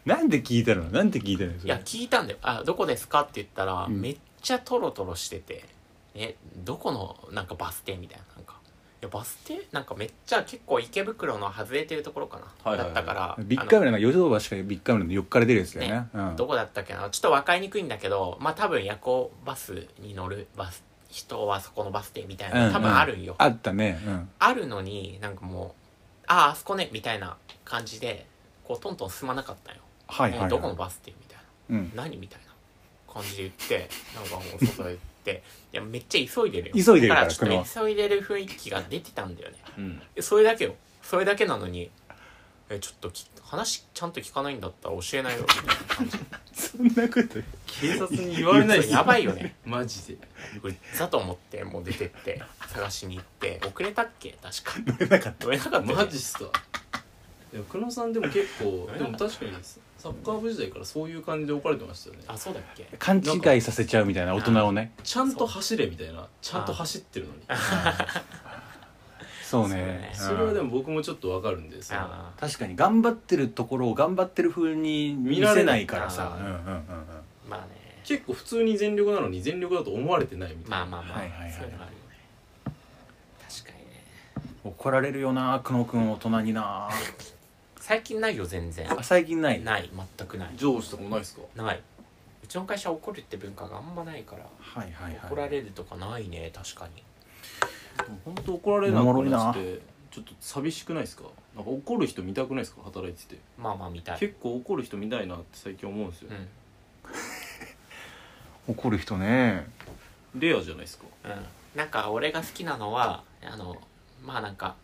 Speaker 1: なんで聞いたのなんで聞いたのそ
Speaker 3: い
Speaker 1: れ
Speaker 3: や聞いたんだよ「あどこですか?」って言ったら、
Speaker 1: うん
Speaker 3: めっちゃトロトロしてて「えどこのなんかバス停?」みたいななんかいやバス停なんかめっちゃ結構池袋の外れてるところかな、
Speaker 2: はいはいはい
Speaker 3: だったから
Speaker 1: ビッグカ
Speaker 3: あ
Speaker 1: メラがヨドバシかビッグカメラの横から出るやつだよね
Speaker 3: ね
Speaker 1: うん
Speaker 3: のどこだったっけなちょっと分かりにくいんだけどまあ多分夜行バスに乗るバス人はそこのバス停みたいな、
Speaker 1: うん
Speaker 3: 多分あるんよ、
Speaker 1: あったねうん
Speaker 3: あるのになんかもう「あああそこね」みたいな感じでこうトントン進まなかったんよ、
Speaker 1: はいはい
Speaker 3: え
Speaker 1: はい
Speaker 3: どこのバス停みたい
Speaker 1: うん
Speaker 3: な何みたいな感じで言ってなんかもう外へ行っていやめっちゃ急いでるよ
Speaker 1: 急いでるから
Speaker 3: だからちょっ
Speaker 1: 車
Speaker 3: と急いでる雰囲気が出てたんだよね
Speaker 2: うん
Speaker 3: それだけよそれだけなのにえちょっとき話ちゃんと聞かないんだったら教えないよみたいな感じ
Speaker 1: そんなこと
Speaker 2: 警察に言われないです
Speaker 3: やばいよね
Speaker 2: マジで
Speaker 3: うっざと思ってもう出てって探しに行って遅れたっけ確か乗
Speaker 1: 言えなかった
Speaker 3: れなかったよね
Speaker 2: マジっすかいや久野さんでも結構でも確かにサッカー部時代からそういう感じで怒られてましたよね
Speaker 3: あそうだっけ
Speaker 1: 勘違いさせちゃうみたいな大人をね
Speaker 2: ちゃんと走れみたいなちゃんと走ってるのに
Speaker 1: そうね
Speaker 3: あ
Speaker 2: それはで
Speaker 1: うん
Speaker 2: も僕もちょっとわかるんですよ
Speaker 3: あー
Speaker 1: 確かに頑張ってるところを頑張ってる風に見られないからさ
Speaker 3: 見られ
Speaker 1: うんうんうんうん
Speaker 3: まあね
Speaker 2: 結構普通に全力なのに全力だと思われてないみたいな
Speaker 3: まあまあまあ、
Speaker 1: はいはいはい
Speaker 3: そういうのあるよね確かにね
Speaker 1: 怒られるよな久野君大人にな
Speaker 3: 最近ないよ全然
Speaker 1: あ最近ない
Speaker 3: ない全くない
Speaker 2: 上司とかもないですか
Speaker 3: ないうちの会社は怒るって文化があんまないから、
Speaker 1: はいはいはい
Speaker 3: 怒られるとかないね確かに
Speaker 2: 本当怒られな
Speaker 1: おも
Speaker 2: く
Speaker 1: ろい
Speaker 2: な
Speaker 1: な
Speaker 2: ってちょっと寂しくないですかなんか怒る人見たくないですか働いてて
Speaker 3: まあまあ見たい
Speaker 2: 結構怒る人見たいなって最近思うんですよ
Speaker 3: う、ん
Speaker 1: 怒る人ね
Speaker 2: レアじゃないですか
Speaker 3: うんなんか俺が好きなのはあのまあなんか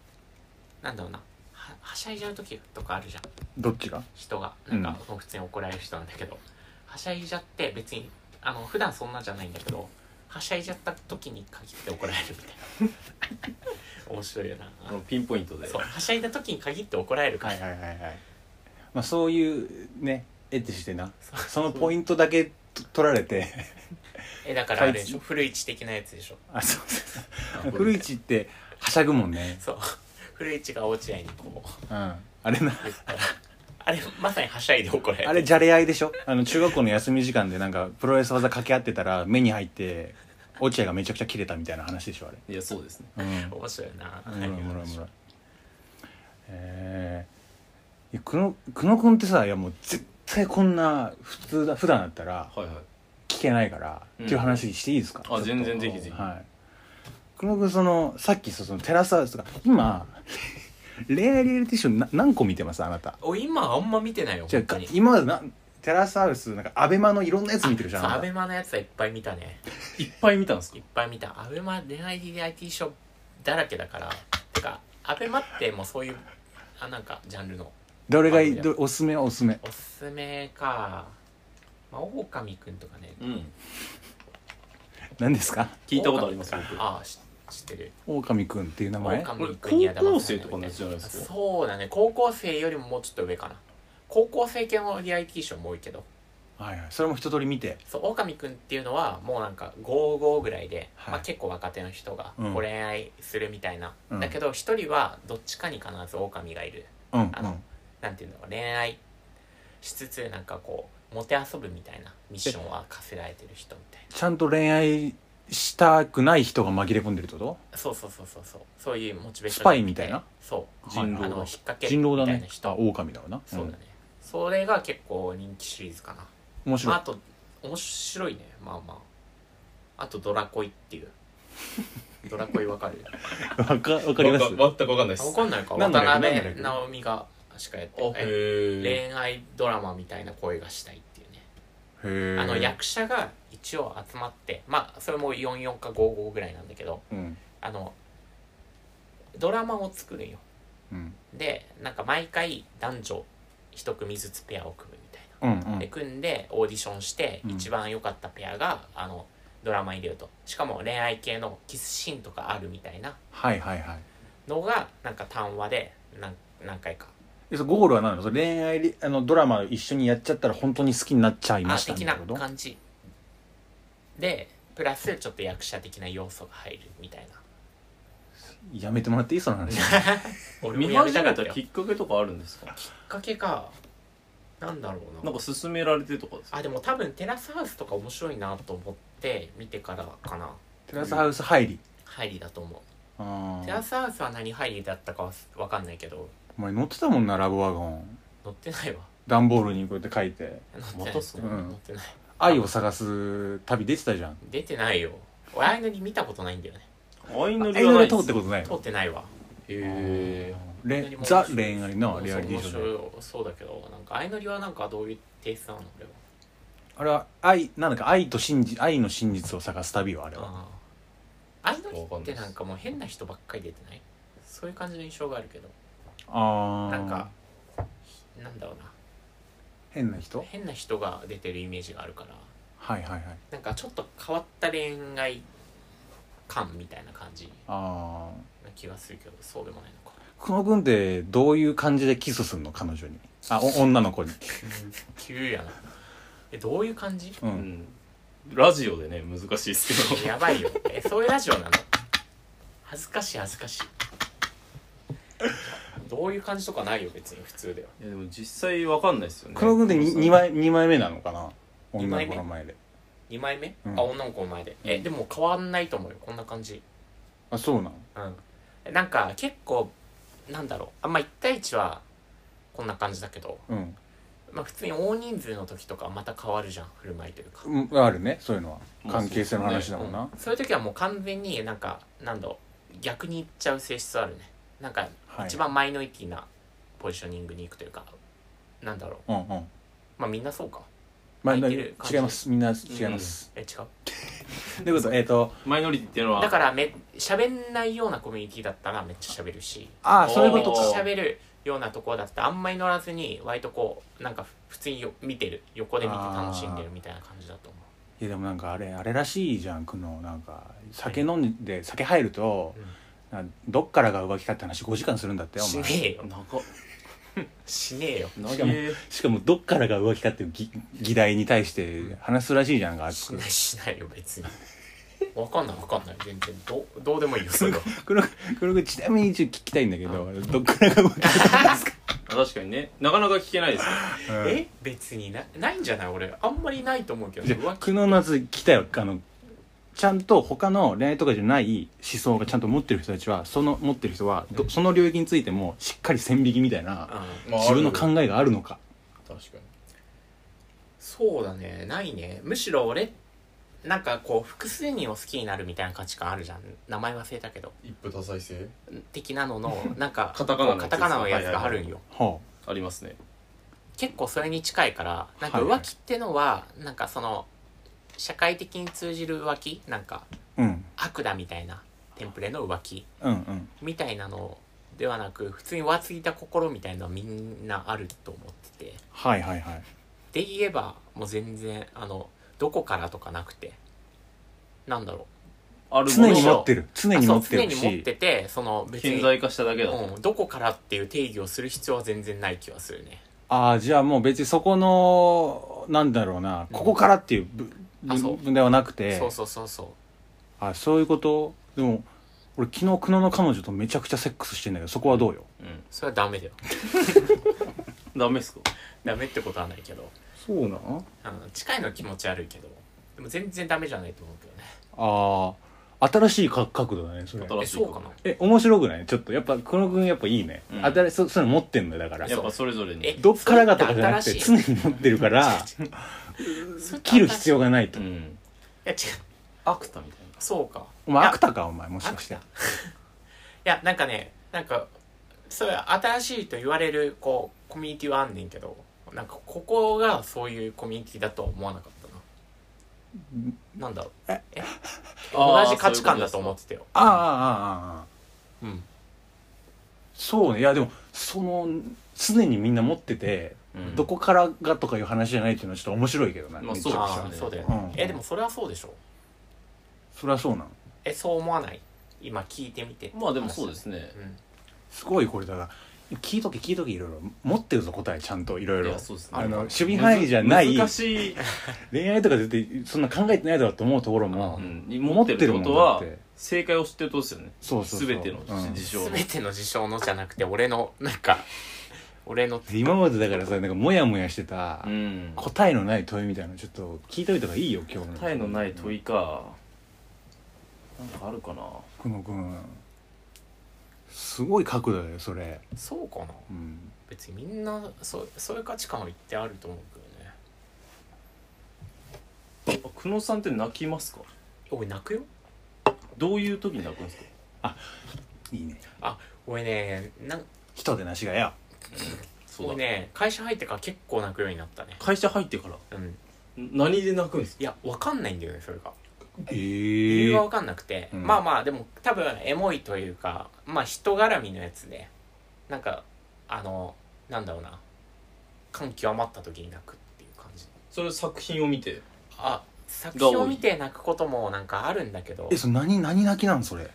Speaker 3: なんだろうなははしゃいじゃう時とかあるじゃん
Speaker 1: どっちが
Speaker 3: 人がなんか
Speaker 1: う
Speaker 3: もう普通に怒られる人なんだけど、はしゃいじゃって別にあの普段そんなじゃないんだけどはしゃいじゃった時に限って怒られるみたい
Speaker 1: *laughs*
Speaker 3: な面白いよな
Speaker 2: あのピンポイントで
Speaker 3: そうはしゃいだ時に限って怒られるから、
Speaker 1: はいはいはいはいまあそういうねエッチしてなそのポイントだけと取られて
Speaker 3: えだからあれでしょ古市的なやつでしょ
Speaker 1: あそうそう
Speaker 2: あ
Speaker 1: そう
Speaker 2: これ
Speaker 1: *laughs* 古市ってはしゃぐもんね
Speaker 3: そう *laughs* 古市が落合にこう
Speaker 1: うんあれな *laughs*
Speaker 3: 言ったらあれまさにはしゃいで怒られる
Speaker 1: あれじゃれ合いでしょあの中学校の休み時間でなんかプロレス技掛け合ってたら目に入って落合がめちゃくちゃ切れたみたいな話でしょあれ
Speaker 2: いやそうですね
Speaker 1: うん
Speaker 3: 面白いな
Speaker 1: おもろいおもろいおもろいえーいや久野久野君ってさいやもう絶対こんな普通だ普段だったら
Speaker 2: はいはい
Speaker 1: 聞けないから、
Speaker 2: うん
Speaker 1: っていう話していいですか
Speaker 2: あ全然ぜひぜひ
Speaker 1: はい久野君そのさっきそそのテラスハウスとか今 *laughs* 恋愛リアリティションな何個見てますあなた
Speaker 3: お今あんま見てないよ
Speaker 1: じゃ
Speaker 3: 本当
Speaker 1: あ
Speaker 3: に
Speaker 1: 今までなテラスハウスなんかアベマのいろんなやつ見てるじゃん
Speaker 3: そうア
Speaker 1: あな
Speaker 3: ベ
Speaker 1: た
Speaker 3: マのやつはいっぱい見たね
Speaker 2: いっぱい見たんですか
Speaker 3: いっぱい見たアベマ恋愛リアリティショーだらけだからてかアベマってもうそういうあなんかジャンルの
Speaker 1: どれがい
Speaker 3: あ
Speaker 1: いどおすすめはおすすめ
Speaker 3: おすすめかまあオオカミくんとかね
Speaker 2: うん
Speaker 1: 何ですか
Speaker 2: 聞いたことあります僕
Speaker 3: ああし知ってる
Speaker 1: 狼くんっていう名前
Speaker 3: 狼くんには騙され
Speaker 2: 俺高校生とかのやつじゃないですか
Speaker 3: そうだね高校生よりももうちょっと上かな高校生系のリアリティショーも多いけど
Speaker 1: はいはいそれも一通り見て
Speaker 3: そう狼くんっていうのはもうなんか55ぐらいで、
Speaker 1: はい
Speaker 3: まあ、結構若手の人が
Speaker 1: うん
Speaker 3: こう恋愛するみたいな、
Speaker 1: うん
Speaker 3: だけど一人はどっちかに必ず狼がいる
Speaker 1: うんうん
Speaker 3: あのなんていうんだろう恋愛しつつなんかこうもて遊ぶみたいなミッションは課せられてる人みたい
Speaker 1: ちゃんと恋愛したくない人が紛れ込んでるってこと
Speaker 3: なそうそうそうそうそうそういうモチベーション
Speaker 1: スパイみたいな
Speaker 3: そう
Speaker 1: 人狼
Speaker 3: あ
Speaker 1: だ
Speaker 3: の引っ掛け
Speaker 1: 人
Speaker 3: み
Speaker 1: 狼だ
Speaker 3: たいな
Speaker 1: ね
Speaker 3: 人
Speaker 1: あ狼だろうな
Speaker 3: そうだね
Speaker 1: ん、
Speaker 3: それが結構人気シリーズかな、
Speaker 1: 面白
Speaker 3: まあ、
Speaker 1: い
Speaker 3: あと面白いねまあまああとドラコイっ
Speaker 1: *laughs*
Speaker 3: ていうドラコイわかる
Speaker 1: わかわかります
Speaker 2: 全くわかんないで
Speaker 3: あ
Speaker 2: す
Speaker 3: わかんないか
Speaker 1: なん
Speaker 3: 渡
Speaker 1: だっけなんだっ
Speaker 3: 辺
Speaker 1: け
Speaker 3: 直美がしかやって
Speaker 2: あ
Speaker 3: る
Speaker 2: へえ
Speaker 3: 恋愛ドラマみたいな声がしたいっていうね
Speaker 1: へえ
Speaker 3: あの役者が一応集まってまあそれも44か55ぐらいなんだけど
Speaker 1: うん
Speaker 3: あのドラマを作るんよ
Speaker 1: うん
Speaker 3: でなんか毎回男女一組ずつペアを組むみたいな
Speaker 1: うん
Speaker 3: で組んでオーディションして
Speaker 1: うん
Speaker 3: 一番良かったペアが、あのドラマに出るとしかも恋愛系のキスシーンとかあるみたいな
Speaker 1: はいはいはい
Speaker 3: のがなんか単話で何何回か
Speaker 1: えそれゴールは何なのそれ恋愛リあのドラマを一緒にやっちゃったら本当に好きになっちゃいま
Speaker 3: あ
Speaker 1: した
Speaker 3: 的
Speaker 1: み
Speaker 3: な
Speaker 1: たいなこと
Speaker 3: 感じでプラスちょっと役者的な要素が入るみたいな
Speaker 1: やめてもらっていいその
Speaker 3: *laughs*
Speaker 1: 話
Speaker 3: 俺も
Speaker 2: 見
Speaker 3: やめ
Speaker 2: 始
Speaker 3: た
Speaker 2: め
Speaker 3: かった
Speaker 2: た
Speaker 3: よ
Speaker 2: き
Speaker 3: きっ
Speaker 2: っかけとかあるんですか
Speaker 3: かけかなんだろう
Speaker 2: な
Speaker 3: なん
Speaker 2: か勧められてとかですか
Speaker 3: あでも多分テラスハウスとか面白いなと思って見てからかな
Speaker 1: テラスハウス入り
Speaker 3: 入りだと思う
Speaker 1: あ
Speaker 3: テラ
Speaker 1: あ
Speaker 3: スハウスは何入りだったかは分かんないけど
Speaker 1: お前乗ってたもんなラブワゴン
Speaker 3: 乗ってないわ *laughs*
Speaker 1: 段ボールにこうやって書いて
Speaker 3: 乗って
Speaker 2: ま
Speaker 3: ない
Speaker 2: たそ
Speaker 1: れ
Speaker 3: 乗ってない
Speaker 1: 「愛を探す旅」出てたじゃん
Speaker 3: 出てないよ俺あいのに見たことないんだよね
Speaker 2: 相乗り
Speaker 1: 愛
Speaker 2: は
Speaker 1: の
Speaker 2: ない
Speaker 1: り通ってことない
Speaker 3: 通
Speaker 1: の
Speaker 3: ってないわ
Speaker 2: へ
Speaker 1: れザ恋愛のリアリティショーで
Speaker 3: ーそうだけどなんかあいのりはなんかどういうテイストなの俺は
Speaker 1: あれは愛なんだか愛と真実愛の真実を探す旅よあれは
Speaker 3: あああいのり
Speaker 2: わかんな
Speaker 3: っ
Speaker 2: い
Speaker 3: て
Speaker 2: です
Speaker 3: なんかもう変な人ばっかり出てないそういう感じの印象があるけど
Speaker 1: ああ
Speaker 3: なんかなんだろう
Speaker 1: 変な
Speaker 3: な
Speaker 1: 人
Speaker 3: 変な人が出てるイメージがあるから
Speaker 1: はいはいはい
Speaker 3: なんかちょっと変わった恋愛感みたいな感じ
Speaker 1: ああ
Speaker 3: な気がするけどそうでもないのか
Speaker 1: 久野君ってどういう感じでキスするの彼女にあお女の子に
Speaker 3: 急やなえどういう感じ
Speaker 1: う
Speaker 2: えうんんラジオでね難しいですけど
Speaker 3: やばいよえそういうラジオなの恥ずかしい恥ずかしいどういう感じとかないよ別に普通ではい
Speaker 2: やでも実際わかんないですよね
Speaker 1: 久野君ってに 2, 枚二枚目なのかな
Speaker 3: 二
Speaker 1: 女
Speaker 3: 枚目
Speaker 1: の子の前で
Speaker 3: 2枚目、
Speaker 1: うん
Speaker 3: あ女の子の前でえでも変わんないと思うよこんな感じ
Speaker 1: あそうなの
Speaker 3: うんなんか結構なんだろうあんま1対1はこんな感じだけど、
Speaker 1: うん
Speaker 3: まあ、普通に大人数の時とかまた変わるじゃん振る舞いというか、
Speaker 1: うんあるねそういうのは
Speaker 2: まあ
Speaker 1: 関係性の話だもん
Speaker 3: う
Speaker 1: なん
Speaker 3: そういう時はもう完全になんかなんだろう逆にいっちゃう性質あるねなんか
Speaker 1: はい
Speaker 3: 一番マイノリティなポジショニングに行くというか、なんだろう
Speaker 1: うんうん
Speaker 3: まあみんなそうか
Speaker 1: まあ
Speaker 3: 入っ
Speaker 1: な
Speaker 3: て
Speaker 1: 違
Speaker 3: る感じ
Speaker 1: いますみんな違います
Speaker 3: え違う
Speaker 1: ということでえっと
Speaker 2: マイノリティっていうのは
Speaker 3: だからめ喋んないようなコミュニティだったらめっちゃ喋るし
Speaker 1: ああ
Speaker 2: おー
Speaker 1: そういう
Speaker 3: め
Speaker 1: こ
Speaker 3: っち
Speaker 1: とか
Speaker 3: ゃ喋るようなところだったらあんまり乗らずに割とこうなんか普通によ見てる横で見て楽しんでるみたいな感じだと思
Speaker 1: いやでもなんかあれあれらしいじゃんくのなんか酒飲んで酒入ると、なんかどっからが浮気かって話5時間するんだって
Speaker 3: う
Speaker 1: お
Speaker 3: し
Speaker 1: *laughs*
Speaker 3: ね
Speaker 1: 前
Speaker 3: えよ
Speaker 2: 長っ
Speaker 3: しねえよ
Speaker 2: 長
Speaker 1: かも
Speaker 2: え
Speaker 1: しかもどっからが浮気かっていう議議題に対して話すらしいじゃんが熱
Speaker 3: し
Speaker 1: く
Speaker 3: ないしないよ別にわかんないわかんない全然どうどうでもいいよそれは
Speaker 1: 黒く黒くちなみに一応聞きたいんだけどどっからが浮気か
Speaker 2: あ確かにねなかなか聞けないですね
Speaker 3: え別になないんじゃない俺あんまりないと思うけど
Speaker 1: じゃ
Speaker 3: 浮気
Speaker 1: 久野のやつ聞きたいよあのちゃんと他の恋愛とかじゃない思想がちゃんと持ってる人たちはその持ってる人はどその領域についてもしっかり線引きみたいな
Speaker 3: うん
Speaker 1: 自分の考
Speaker 2: え
Speaker 1: えがあるのか
Speaker 2: 確かに
Speaker 3: そうだねないねむしろ俺なんかこう複数人を好きになるみたいな価値観あるじゃん名前忘れたけど
Speaker 2: 一夫多妻制
Speaker 3: 的なののなんか
Speaker 2: カタカナのやつ
Speaker 3: カタカナのやつがあるんよ、
Speaker 2: はいはい
Speaker 1: は
Speaker 2: ありますね
Speaker 3: 結構それに近いからなんか
Speaker 1: はいはい
Speaker 3: 浮気ってのはなんかその社会的に通じる浮気なんか
Speaker 1: あ、うん、
Speaker 3: 悪だみたいなテンプレの浮気
Speaker 1: うんうん
Speaker 3: みたいなのではなく普通に浮ついた心みたいなのはみんなあると思ってて
Speaker 1: はいはいはい
Speaker 3: で言えばもう全然あのどこからとかなくてなんだろう
Speaker 2: あるも
Speaker 1: 常
Speaker 2: の
Speaker 1: に持
Speaker 2: が
Speaker 1: ってる常
Speaker 3: あ
Speaker 1: に
Speaker 3: そ
Speaker 1: 持
Speaker 3: う
Speaker 1: って
Speaker 3: 常
Speaker 1: る
Speaker 3: に
Speaker 1: し
Speaker 3: 持っててその別
Speaker 2: 顕
Speaker 3: に、
Speaker 2: 在化しただけだと、
Speaker 3: うん、どこからっていう定義をする必要は全然ない気はするね
Speaker 1: ああじゃあもう別にそこのなんだろうなここからっていうぶ
Speaker 3: あそう
Speaker 1: ぶ分題はなくて
Speaker 3: そうそうそうそう
Speaker 1: あそういうことでも俺昨日久野の彼女とめちゃくちゃセックスしてんだけどそこはどうよ
Speaker 2: うん
Speaker 3: それはダメだよ
Speaker 2: ダメっすか
Speaker 3: ダメってことはないけど、
Speaker 1: そうなの
Speaker 3: うん、近いのは気持ち悪いけどでも全然ダメじゃないと思うけどね
Speaker 1: ああ新しいか角度だねそれ
Speaker 2: 新しい
Speaker 3: えそうかな
Speaker 1: え面白くないちょっとやっぱ久野君やっぱいいね、
Speaker 2: うん
Speaker 1: 新しそそういうの持ってんのよだから
Speaker 2: やっぱそれぞれに
Speaker 3: え
Speaker 1: どっからがとかじゃなくて常
Speaker 3: 新
Speaker 1: に持ってるから
Speaker 3: *laughs*
Speaker 1: 切る必要がないと
Speaker 2: う、ん
Speaker 3: いや違う
Speaker 2: アクタみたいな
Speaker 3: そうか
Speaker 1: お前アクタかお前もしかして
Speaker 3: *laughs* アクいやなんかねなんかそういう新しいと言われるこうコミュニティはあんねんけどなんかここがそういうコミュニティだとは思わなかったななんだろう同じ価値観だと思ってたよ
Speaker 1: ああああああ
Speaker 3: うん
Speaker 1: そうねいやでもその常にみんな持ってて、
Speaker 2: うん
Speaker 1: どこからがとかいう話じゃないっていうのはちょっと面白いけどな、
Speaker 2: ま
Speaker 1: め
Speaker 2: あ
Speaker 1: ち
Speaker 2: そ
Speaker 1: ゃ
Speaker 2: う
Speaker 1: くちゃ
Speaker 2: ですよ
Speaker 3: ああそうだ
Speaker 2: ね
Speaker 3: よ
Speaker 1: う
Speaker 3: ね
Speaker 1: ん
Speaker 3: えでもそれはそうでしょ
Speaker 1: そりゃそうなの
Speaker 3: えそう思わない今聞いてみて
Speaker 2: まあでもそうですね
Speaker 3: うん
Speaker 1: すごいこれだから聞いとけ聞いとけいろいろ持ってるぞ答えちゃんといろい
Speaker 2: い
Speaker 1: ろ
Speaker 2: やそうですね
Speaker 1: あの
Speaker 2: む
Speaker 1: 守備範囲じゃない
Speaker 2: 難しい、
Speaker 1: 恋愛とか絶対そんな考えてないだろうと思うところも、
Speaker 2: うん、持ってるってこと
Speaker 1: 持っ
Speaker 2: は
Speaker 1: てるもんだって
Speaker 2: 正解を知ってるってことですよね
Speaker 1: そうそうそう
Speaker 2: 全ての
Speaker 1: うん
Speaker 2: 事象の、
Speaker 3: 全ての事象のじゃなくて俺のなんか俺の
Speaker 1: 今までだからさなんかモヤモヤしてた、
Speaker 2: うん、
Speaker 1: 答えのない問いみたいなのちょっと聞いといた方がいいよ今日の
Speaker 2: 答えのない問いか、なんかあるかな
Speaker 1: 久野君すごい角度だよそれ、
Speaker 3: そうかな
Speaker 1: うん、
Speaker 3: 別にみんなそうそういう価値観は一定あると思うけどね
Speaker 2: あ久野さんって泣きますか
Speaker 3: 俺泣くよ
Speaker 2: どういう時に泣くんですか
Speaker 1: いいね
Speaker 3: 俺ねなん
Speaker 1: 人でなしがよ
Speaker 2: そう
Speaker 3: 俺
Speaker 2: だ、
Speaker 3: ね会社入ってから結構泣くようになったね
Speaker 2: 会社入ってから
Speaker 3: うん
Speaker 2: 何で泣くんですか
Speaker 3: いやわかんないんだよねそれが
Speaker 1: ええ
Speaker 3: 理由がわかんなくて、
Speaker 1: うん
Speaker 3: まあまあでも多分エモいというかまあ人絡みのやつでなんかあのなんだろうな感極まった時に泣くっていう感じ
Speaker 2: それ作品を見て
Speaker 3: あ作品を見て泣くこともなんかあるんだけど
Speaker 1: えそれ何何泣きなんそれ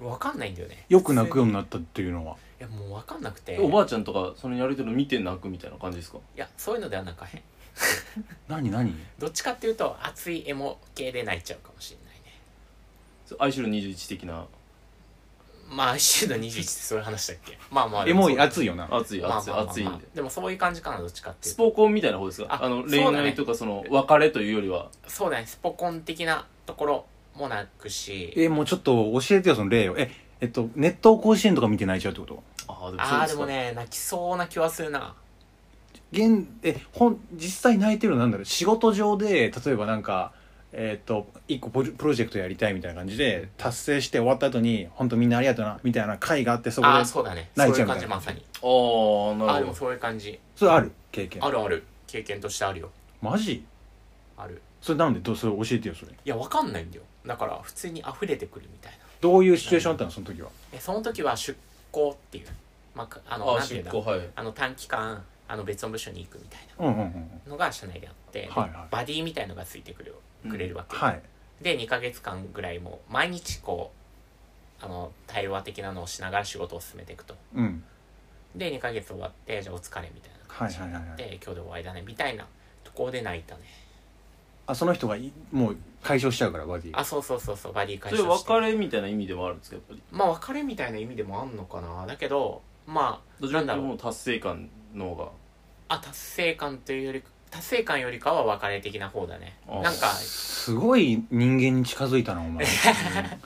Speaker 3: わかんないんだよね
Speaker 1: よく泣くようになったっていうのはい
Speaker 3: やもうわかんなくて
Speaker 2: おばあちゃんとかそのやりてるの見て泣くみたいな感じですか
Speaker 3: いやそういうのではなんかへん
Speaker 1: 何何
Speaker 3: どっちかっていうと熱いエモ系で泣いちゃうかもしれないね
Speaker 2: そう愛しろ21的な
Speaker 3: まあ週の21ってそういう話だっけまあまあ
Speaker 1: エモい
Speaker 3: でも
Speaker 1: 熱いよな
Speaker 2: 熱い
Speaker 3: まあ
Speaker 2: 熱い
Speaker 3: まあまあまあ
Speaker 2: 熱いんで
Speaker 3: でもそういう感じかなどっちかってい
Speaker 2: ス
Speaker 3: うと
Speaker 2: ポコンみたいな方ですか
Speaker 3: あ
Speaker 2: あの
Speaker 3: そうだね
Speaker 2: 恋愛とかその別れというよりは
Speaker 3: そうだねスポコン的なところもなくし
Speaker 1: えもうちょっと教えてよその例をええっと熱湯甲子園とか見て泣いちゃうってこと
Speaker 2: あ
Speaker 3: あ
Speaker 2: あ
Speaker 3: あでもね泣きそうな気はするな
Speaker 1: 現え本実際泣いてるのなんだろう仕事上で例えばなんかえっと一個プロプロジェクトやりたいみたいな感じで達成して終わった後に本当みんなありがとうなみたいな会があってそこ
Speaker 3: ああ
Speaker 1: で
Speaker 3: ーそうだねそう
Speaker 1: 泣い
Speaker 3: い
Speaker 1: ちゃ
Speaker 3: う
Speaker 1: うみた
Speaker 3: 感
Speaker 1: い
Speaker 3: じ
Speaker 1: な
Speaker 3: まさに
Speaker 2: あー
Speaker 3: あ
Speaker 2: な
Speaker 3: あで
Speaker 2: る
Speaker 3: も
Speaker 2: ほど
Speaker 3: そういう感じ
Speaker 1: それある経験
Speaker 3: あるある経験としてあるよ
Speaker 1: マジ
Speaker 3: ある
Speaker 1: それなんでどうそれ教えてよそれ
Speaker 3: いやわかんないんだよだから普通に溢れてくるみたいな
Speaker 1: どういうシチュエーションだったのその時は
Speaker 3: えその時は出向っていう、まあか、あの
Speaker 2: ああ
Speaker 3: なんてい
Speaker 2: 執
Speaker 3: うんだ
Speaker 2: 行はい
Speaker 3: あの短期間あの別の部署に行くみたい
Speaker 1: うんうんうん
Speaker 3: なのが社内であって、
Speaker 1: はいはい
Speaker 3: バディみたいのがついてくる
Speaker 2: うん
Speaker 3: くれるわけ、
Speaker 1: はい
Speaker 3: で2ヶ月間ぐらいもう毎日こうあの対話的なのをしながら仕事を進めていくと
Speaker 1: うん
Speaker 3: で2ヶ月終わってじゃあお疲れみたいな感じになって、
Speaker 1: はいはい
Speaker 3: 今日で終わりだねみたいなところで泣いたね
Speaker 1: あその人がいもう解消しちゃうからバディ
Speaker 3: あそうそうそうそうバディ
Speaker 2: そ
Speaker 3: 会
Speaker 2: れ
Speaker 3: 社して
Speaker 2: 別れみたいな意味でもあるんですかやっぱり
Speaker 3: まあ別れみたいな意味でもあんのかなだけどまあ
Speaker 2: どちらかというともう達成感の
Speaker 3: *laughs*
Speaker 2: 方が
Speaker 3: あ達成感というより達成感よりかは別れ的な方だね
Speaker 2: あ
Speaker 3: なんか
Speaker 1: すごい人間に近づいたなお前い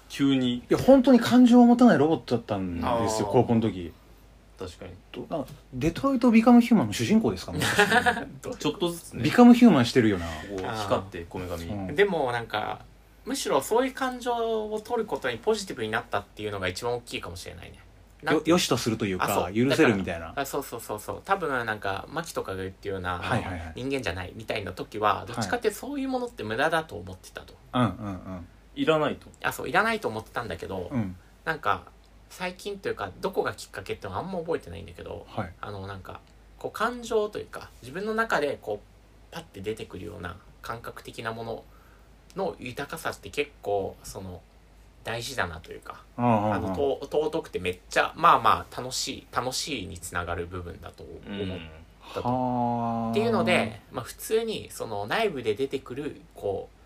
Speaker 2: 急に
Speaker 1: や本当に感情を持たないロボットだったんですよ
Speaker 3: あー
Speaker 1: 高校の時
Speaker 2: 確かに
Speaker 1: となんかデトロイト・ビカム・ヒューマンの主人公ですかもしかして
Speaker 3: *laughs*
Speaker 2: ちょっとずつね
Speaker 1: ビカム・ヒューマンしてるよな
Speaker 2: こう光ってこめかみ
Speaker 1: うん
Speaker 3: でもなんかむしろそういう感情を取ることにポジティブになったっていうのが一番大きいかもしれないねなん
Speaker 1: よよしとするという
Speaker 3: あ
Speaker 1: か
Speaker 3: そう
Speaker 1: 許せるみたいな
Speaker 3: あそうそうそうそう多分なんかマキとかが言ってるような、
Speaker 1: はいはいはい
Speaker 3: 人間じゃないみたいな時はどっちかってそういうものって無駄だと思ってたと、
Speaker 1: うんうん
Speaker 2: いらないと
Speaker 3: あそういらないと思ってたんだけど、
Speaker 1: うんうん
Speaker 3: なんか最近というかどこがきっかけってのはあんま覚えてないんだけど
Speaker 1: はい
Speaker 3: あのなんかこう感情というか自分の中でこうパッて出てくるような感覚的なものの豊かさって結構その大事だなというか、
Speaker 1: うんうん
Speaker 3: あのと尊くてめっちゃまあまあ楽しい楽しいにつながる部分だと思
Speaker 4: うん
Speaker 3: っだと
Speaker 1: はあ
Speaker 3: っていうので、まあ、普通にその内部で出てくるこう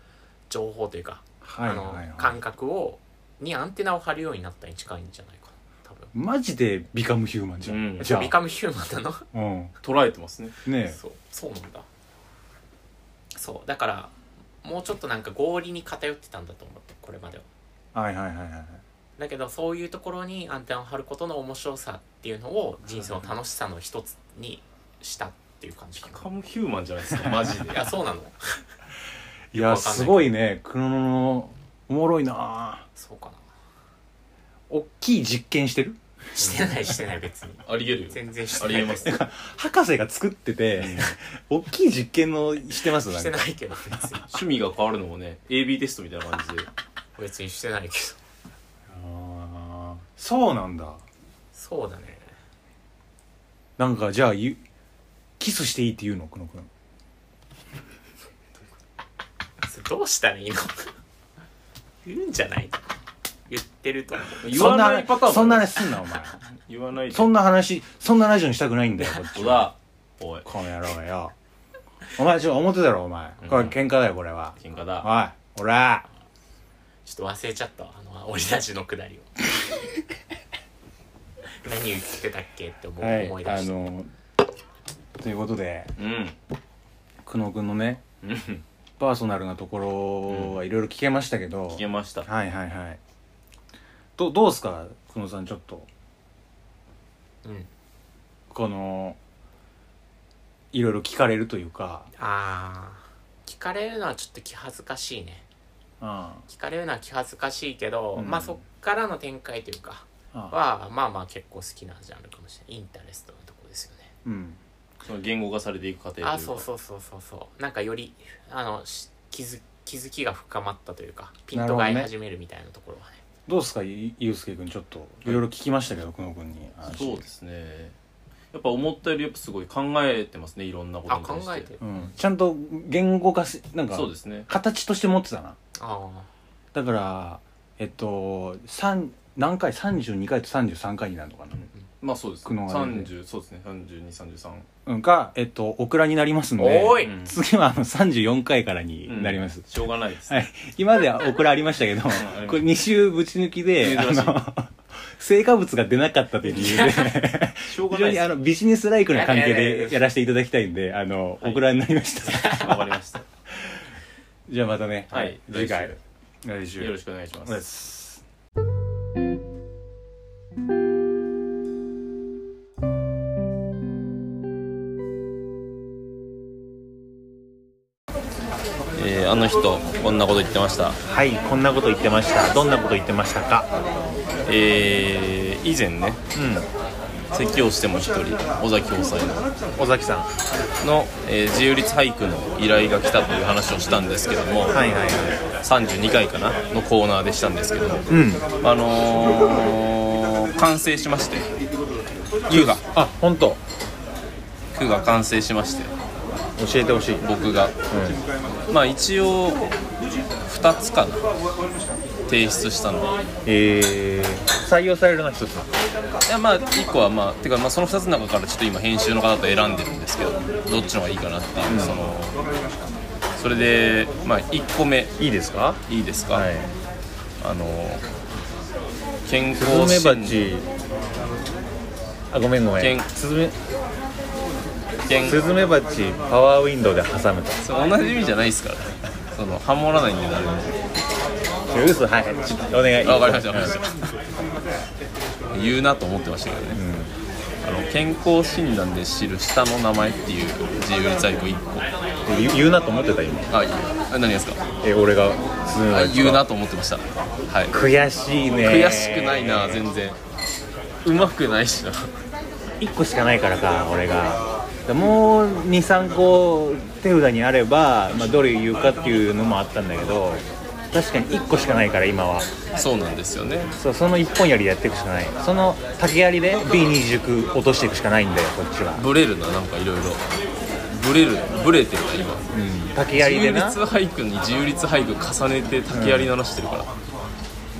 Speaker 3: 情報というか、
Speaker 1: はいはい
Speaker 3: あの
Speaker 1: はい
Speaker 3: 感覚をにアンテナを張るようになったに近いんじゃないかな多分
Speaker 1: マジでビカムヒューマンじゃん、
Speaker 4: うん
Speaker 1: じゃ
Speaker 3: ビ
Speaker 1: あ、
Speaker 3: カムヒューマンなの
Speaker 1: うん、
Speaker 4: 捉えてますね
Speaker 1: ね
Speaker 3: そうそうなんだそうだからもうちょっとなんか合理に偏ってたんだと思ってこれまでは
Speaker 1: はいはいはいはいはい
Speaker 3: だけどそういうところにアンテナを張ることの面白さっていうのを人生の楽しさの一つにしたっていう感じ
Speaker 4: ビ
Speaker 3: か
Speaker 4: カムヒューマンじゃない
Speaker 3: *laughs*
Speaker 4: ですかマジで
Speaker 3: ないやそうなの
Speaker 1: い
Speaker 3: よ
Speaker 1: や
Speaker 3: くわかんないけど
Speaker 1: すごいねクロノのおもろいな
Speaker 3: そうかな
Speaker 1: 大きい実験してる
Speaker 3: してないしてない別に
Speaker 4: ありえるよ
Speaker 3: 全然して
Speaker 4: あ
Speaker 3: ない
Speaker 4: りえます
Speaker 1: 博士が作ってて、大きい実験のしてますな
Speaker 3: し
Speaker 1: ん
Speaker 3: て
Speaker 1: か
Speaker 3: ないけど別に
Speaker 4: 趣味が変わるのもね AB テストみたいな感じで
Speaker 3: 別にしてないけど
Speaker 1: あーそうなんだ
Speaker 3: そうだね
Speaker 1: なんかじゃあゆキスしていいって言うの久野君
Speaker 3: それどうしたらいいの *laughs* 言うんじゃない言ってると思う *laughs*
Speaker 4: 言わないパターンもある
Speaker 1: そんな話すんなお前
Speaker 4: 言わないで
Speaker 1: そんな話そんなラジオにしたくないんだよこっち
Speaker 4: ほ
Speaker 1: は
Speaker 4: ら *laughs* おい
Speaker 1: この野郎よお前ちょっと表だろお前これ喧嘩だよこれは、
Speaker 4: 喧嘩だ
Speaker 1: おいおら
Speaker 3: ちょっと忘れちゃったわあの俺たちのく
Speaker 1: *laughs*
Speaker 3: だりを何言ってたっけって思,、
Speaker 1: はい
Speaker 3: 思い出
Speaker 1: あ
Speaker 3: した
Speaker 1: のということで
Speaker 4: うん
Speaker 1: 久野君のね
Speaker 4: うん
Speaker 1: パーソナルなところはいろいろ聞けましたけど、
Speaker 4: 聞けました
Speaker 1: はいはいはいどどうすか久野さんちょっと
Speaker 3: うん
Speaker 1: このいろいろ聞かれるというか
Speaker 3: あー聞かれるのはちょっと気恥ずかしいね
Speaker 1: うんあ
Speaker 3: 聞かれるのは気恥ずかしいけど、
Speaker 1: うん
Speaker 3: まあそっからの展開というか
Speaker 1: あ
Speaker 3: はまあまあ結構好きなジャンルかもしれないインタレストのとこですよね
Speaker 1: うん
Speaker 4: その言語化されていく過程というか
Speaker 3: あそうそうそうそうそうなんかよりあのし気づ気づきが深まったというかピントが合い
Speaker 1: なるほどね
Speaker 3: 始めるみたいなところはね
Speaker 1: どうすかゆゆうすけくんちょっといろいろ聞きましたけど久野くんに話
Speaker 4: そうですねやっぱ思ったよりやっぱすごい考えてますねいろんなこと
Speaker 3: あ
Speaker 4: に
Speaker 3: 考
Speaker 4: 対して
Speaker 3: えてる
Speaker 1: うん、ちゃんと言語化しなんか
Speaker 4: そうですね
Speaker 1: 形として持ってたな
Speaker 3: あ
Speaker 1: だからえっと三何回32回と33回になるのかな、
Speaker 4: まあそうです
Speaker 1: 苦悩がね
Speaker 4: 30そうですね3233
Speaker 1: うん、がえっとオクラになります
Speaker 3: あ
Speaker 1: ので
Speaker 3: おい、
Speaker 4: うん
Speaker 1: 次はあの34回からになります、
Speaker 4: しょうがないです
Speaker 1: はい今まではオクラありましたけど
Speaker 4: あります
Speaker 1: これ2週ぶち抜きであ
Speaker 4: 珍しい
Speaker 1: の成果物が出なかったという理由で
Speaker 4: しょう
Speaker 1: 非
Speaker 4: が
Speaker 1: 常
Speaker 4: ない
Speaker 1: に
Speaker 4: で
Speaker 1: あのビジネスライクな関係
Speaker 3: いやいやいやい
Speaker 1: で
Speaker 3: や
Speaker 1: やらせていただきたいんであの
Speaker 4: はい
Speaker 1: オクラになりました、
Speaker 5: *laughs*
Speaker 4: すわかりました
Speaker 1: じゃあまたね、
Speaker 4: はい
Speaker 1: 次回
Speaker 4: 来
Speaker 1: 来
Speaker 4: 週よろしくお願いしま
Speaker 1: お
Speaker 4: す
Speaker 1: 願いします
Speaker 2: えーあの人こんなこと言ってました、
Speaker 5: はい、こんなこと言ってました。どんなこと言ってましたか。
Speaker 2: えー以前ね、説教しても一人尾崎夫妻
Speaker 5: 尾崎さん。
Speaker 2: の、えー自由律俳句の依頼が来たという話をしたんですけども、
Speaker 5: はいはいはい。
Speaker 2: 32回かなのコーナーでしたんですけども、
Speaker 5: うん。
Speaker 2: あのー完成しまして優が
Speaker 5: あ、本当。
Speaker 2: 句が完成しまして
Speaker 5: 教えてほしい。
Speaker 2: 僕が、まあ一応2つかな提出したのは。
Speaker 5: えー、採用されるのは一つ。
Speaker 2: いやまあ1個はまあてかまあその2つの中からちょっと今編集の方と選んでるんですけどどっちの方がいいかなっていう、そのそれでまあ1個目
Speaker 5: いいですか。
Speaker 2: いいですか、
Speaker 5: はい。
Speaker 2: あの健
Speaker 5: スズ
Speaker 2: 康
Speaker 5: メバ
Speaker 2: 診
Speaker 5: チ。あ、ごめんごめん。
Speaker 2: 健
Speaker 5: スズメ、
Speaker 2: 健
Speaker 5: スズメバチパワーウィンドウで挟むと。
Speaker 2: そう同じ意味じゃないですからそのハモらないんで誰も
Speaker 5: 嘘、はい、はい、ちょっとお願い。
Speaker 2: わかりました
Speaker 5: うん
Speaker 2: わかりました言うなと思ってましたけどね、あの健康診断で知る下の名前っていう自由在庫1個
Speaker 5: 言う言うなと思ってた、今。
Speaker 2: あいいあ何ですか
Speaker 5: え、俺が。スズメ
Speaker 2: あ
Speaker 5: バチ。
Speaker 2: 言う。なと思ってましたはい
Speaker 5: 悔しいね。
Speaker 2: 悔しくないな全然うまくないしな
Speaker 5: 一個しかないからか、俺が。
Speaker 1: もう23個手札にあれば、まあ、どれ言うかっていうのもあったんだけど
Speaker 5: 確かに一個しかないから、今は。
Speaker 2: そうなんですよね
Speaker 5: そうその一本やりやっていくしかないその竹槍で B29 落としていくしかないんだよこっちは、
Speaker 2: ブレるななんかいろいろブレるブレてるな今
Speaker 5: 竹槍でな
Speaker 2: 自由律俳句に自由律俳句重ねて竹槍鳴らしてるから、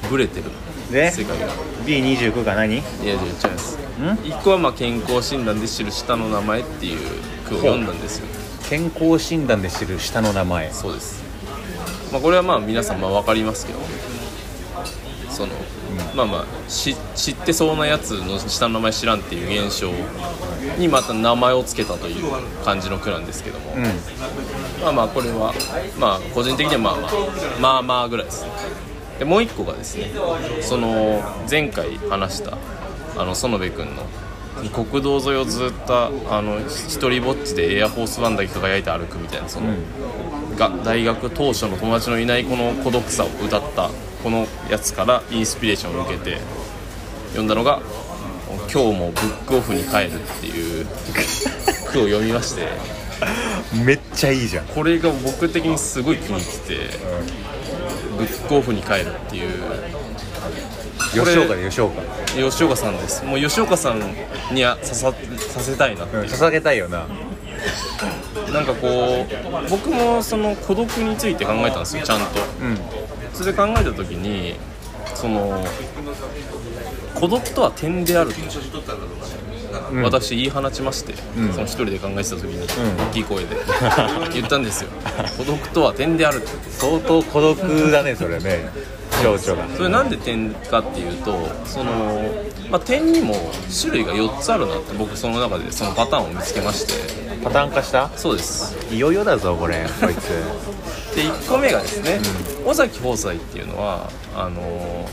Speaker 2: ブレてる
Speaker 1: で
Speaker 2: 世界が
Speaker 1: B29 が何
Speaker 2: いやいや違います1個はまあ健康診断で知る下の名前っていう句を読んだんですよ
Speaker 1: 健康診断で知る下の名前
Speaker 2: そうです、まあ、これはまあ皆さんまあ分かりますけどその、まあまあし知ってそうなやつの下の名前知らんっていう現象にまた名前を付けたという感じの句なんですけども、まあまあこれはまあ個人的にはまあまあまあまあぐらいですねでもう一個がですねその前回話したあの園部君の国道沿いをずっとあの一人ぼっちでエアフォースワンだけ輝いて歩くみたいなその、が大学当初の友達のいないこの孤独さを歌ったこのやつからインスピレーションを受けて読んだのが「今日もブックオフに帰る」っていう句を読みまして
Speaker 1: めっちゃいいじゃん
Speaker 2: これが僕的にすごい気に入ってて「ブックオフに帰る」っていうこれ
Speaker 1: 吉岡で吉岡
Speaker 2: 吉岡さんですもう吉岡さんには刺ささせたいなっていう
Speaker 1: 捧げたいよな
Speaker 2: なんかこう僕もその孤独について考えたんですよちゃんと、それで考えた時にその孤独とは点であると、私言い放ちまして、その一人で考えてた時に、大きい声で言ったんですよ孤独とは点であると
Speaker 1: 相当孤独だねそれね情緒が
Speaker 2: それなんで点かっていうとその、まあ、点にも種類が4つあるなって僕その中でそのパターンを見つけまして
Speaker 1: パターン化した
Speaker 2: そうです
Speaker 1: いよいよだぞこれこいつ
Speaker 2: で1個目がですね尾崎放哉っていうのはあのー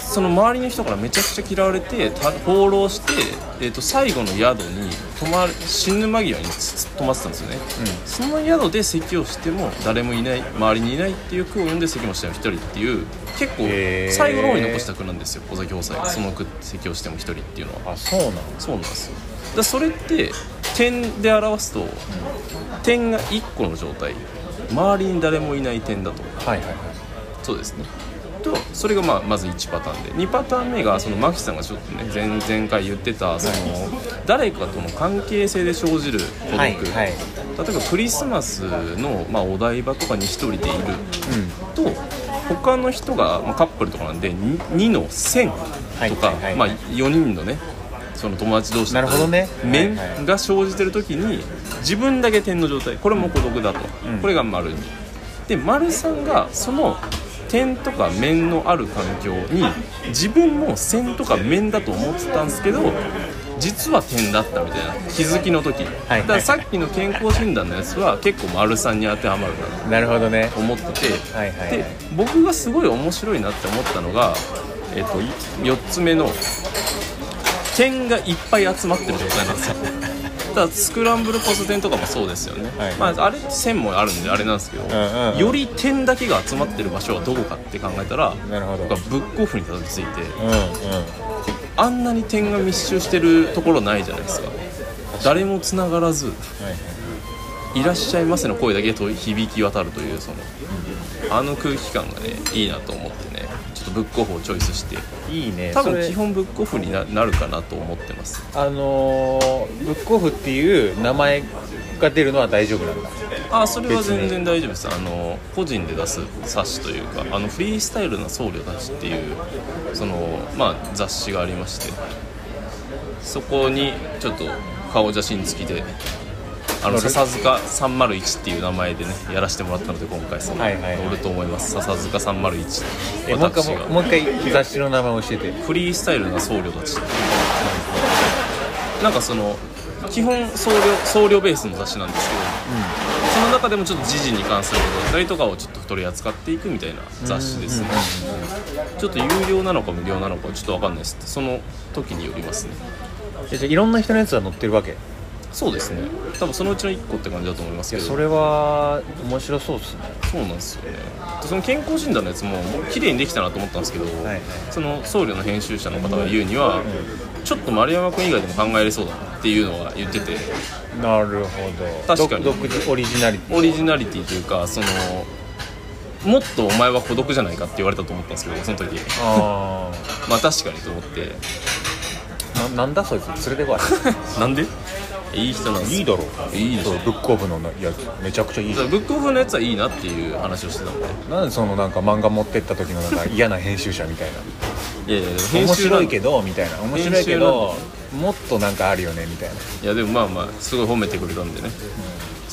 Speaker 2: その周りの人からめちゃくちゃ嫌われてた放浪して、えー、と最後の宿に泊まる死ぬ間際につ泊まってたんですよね、その宿で咳をしても誰もいない周りにいないっていう句を読んで咳もしても一人っていう結構
Speaker 1: へー
Speaker 2: 最後の方に残した句なんですよ尾崎放哉その句咳をしても一人っていうの
Speaker 1: *laughs*
Speaker 2: は
Speaker 1: あそうなの
Speaker 2: そうなんですよだからそれって点で表すと、点が1個の状態周りに誰もいない点だと
Speaker 1: はいはいはい
Speaker 2: そうですねとそれがまあまず1パターンで2パターン目がそのマキさんがちょっとね前々回言ってたその誰かとの関係性で生じる孤独、
Speaker 1: はいはい
Speaker 2: 例えばクリスマスの、まあ、お台場とかに一人でいると、他の人が、まあ、カップルとかなんで 2, の1000
Speaker 1: はい
Speaker 2: とか、
Speaker 1: はいはい
Speaker 2: まあ、4人のねその友達同士
Speaker 1: なるほどね
Speaker 2: 面
Speaker 1: はいはい
Speaker 2: が生じてる時に自分だけ点の状態これも孤独だと、これが丸2で丸三がその点とか面のある環境に自分も線とか面だと思ってたんですけど実は点だったみたいな気づきの時、
Speaker 1: はい
Speaker 2: だからさっきの健康診断のやつは結構丸三に当てはまるなと
Speaker 1: なるほどね
Speaker 2: 思ってて、
Speaker 1: はいはいはい
Speaker 2: で僕がすごい面白いなって思ったのが、えっと4つ目の点がいっぱい集まってる状態な
Speaker 1: *laughs*
Speaker 2: んですよただスクランブル交差点とかもそうですよね、
Speaker 1: はい
Speaker 2: まあ、あれ線もあるんであれなんですけど、
Speaker 1: んうん
Speaker 2: より点だけが集まってる場所はどこかって考えたら
Speaker 1: なるほど
Speaker 2: 僕はブックオフにたどり着いて
Speaker 1: うんうん
Speaker 2: あんなに点が密集してるところないじゃないですか誰もつながらず
Speaker 1: はい
Speaker 2: いらっしゃいませの声だけと響き渡るというそのあの空気感がねいいなと思ってねちょっとブックオフをチョイスして
Speaker 1: いいね
Speaker 2: 多
Speaker 1: そ
Speaker 2: 分
Speaker 1: れ
Speaker 2: 基本ブックオフにななるかなと思ってます
Speaker 1: あのー、ブックオフっていう名前が出るのは大丈夫なんだ
Speaker 2: あそれは全然大丈夫ですあの個人で出す冊子というかあのフリースタイルな僧侶たちっていうそのまあ雑誌がありましてそこにちょっと顔写真付きであの笹塚301っていう名前でねやらせてもらったので今回その、
Speaker 1: はいはいはい
Speaker 2: 乗ると思います笹塚301
Speaker 1: えもう一
Speaker 2: 私
Speaker 1: 回
Speaker 2: が
Speaker 1: もう一回雑誌の名前教えて
Speaker 2: フリースタイルな僧侶たちなんかその基本僧侶僧侶ベースの雑誌なんですけど、その中でもちょっと時事に関することだったりとかをちょっと取り扱っていくみたいな雑誌ですね、ちょっと有料なのか無料なのかちょっと分かんないですその時によりますね
Speaker 1: えじゃあいろんな人のやつが載ってるわけ
Speaker 2: そうですね多分そのうちの1個って感じだと思います
Speaker 1: いや
Speaker 2: けど
Speaker 1: それは面白そうっすね
Speaker 2: そうなんですよねその健康診断のやつももう綺麗にできたなと思ったんですけど、
Speaker 1: いはい
Speaker 2: その僧侶の編集者の方が言うには、ちょっと丸山君以外でも考えれそうだなっていうのは言ってて
Speaker 1: なるほど
Speaker 2: 確かに
Speaker 1: 独独自オリジナリティ
Speaker 2: オリジナリティというかそのもっとお前は孤独じゃないかって言われたと思ったんですけどその時
Speaker 1: あ
Speaker 2: まあ確かにと思って
Speaker 1: あななんだそいつ連れてこい
Speaker 2: なんでいい人なんです *laughs* よ
Speaker 1: いいだろう
Speaker 2: いいでしょ
Speaker 1: そうブックオフのやつめちゃくちゃいいじゃん
Speaker 2: ブックオフのやつはいいなっていう話をしてたもんね
Speaker 1: なんでそのなんか漫画持ってった時のなんか *laughs* 嫌な編集者みたいない
Speaker 2: やいや
Speaker 1: 面
Speaker 2: 編集な
Speaker 1: 白
Speaker 2: ん
Speaker 1: い
Speaker 2: だ
Speaker 1: けどみたいな面白いけどもっとなんかあるよねみたいない
Speaker 2: やでもまあまあすごい褒めてくれたんでね、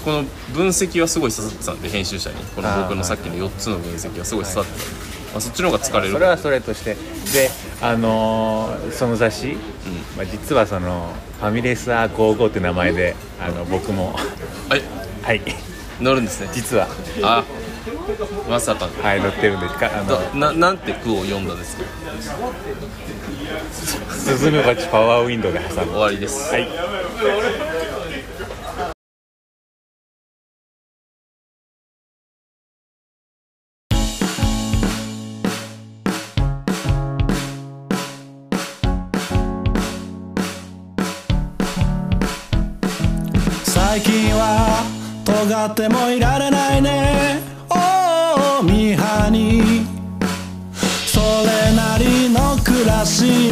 Speaker 2: この分析はすごい刺さってたんで編集者にこの僕のさっきの4つの分析はすごい刺さってたんで、まあ、そっちの方が疲れる
Speaker 1: それはそれとしてであのーその雑誌、まあ、実はその「ファミレスアー55」って名前であの僕も
Speaker 2: はい
Speaker 1: はい
Speaker 2: 乗るんですね
Speaker 1: 実は
Speaker 2: あまさか
Speaker 1: はい載ってるんでかあの
Speaker 2: だななんて句を読んだんですか
Speaker 1: スズメバチパワーウィンドウで挟む
Speaker 2: 終わりです
Speaker 1: はい
Speaker 6: 最近は尖ってもいられないねおおミーハーにそれなりの暮らし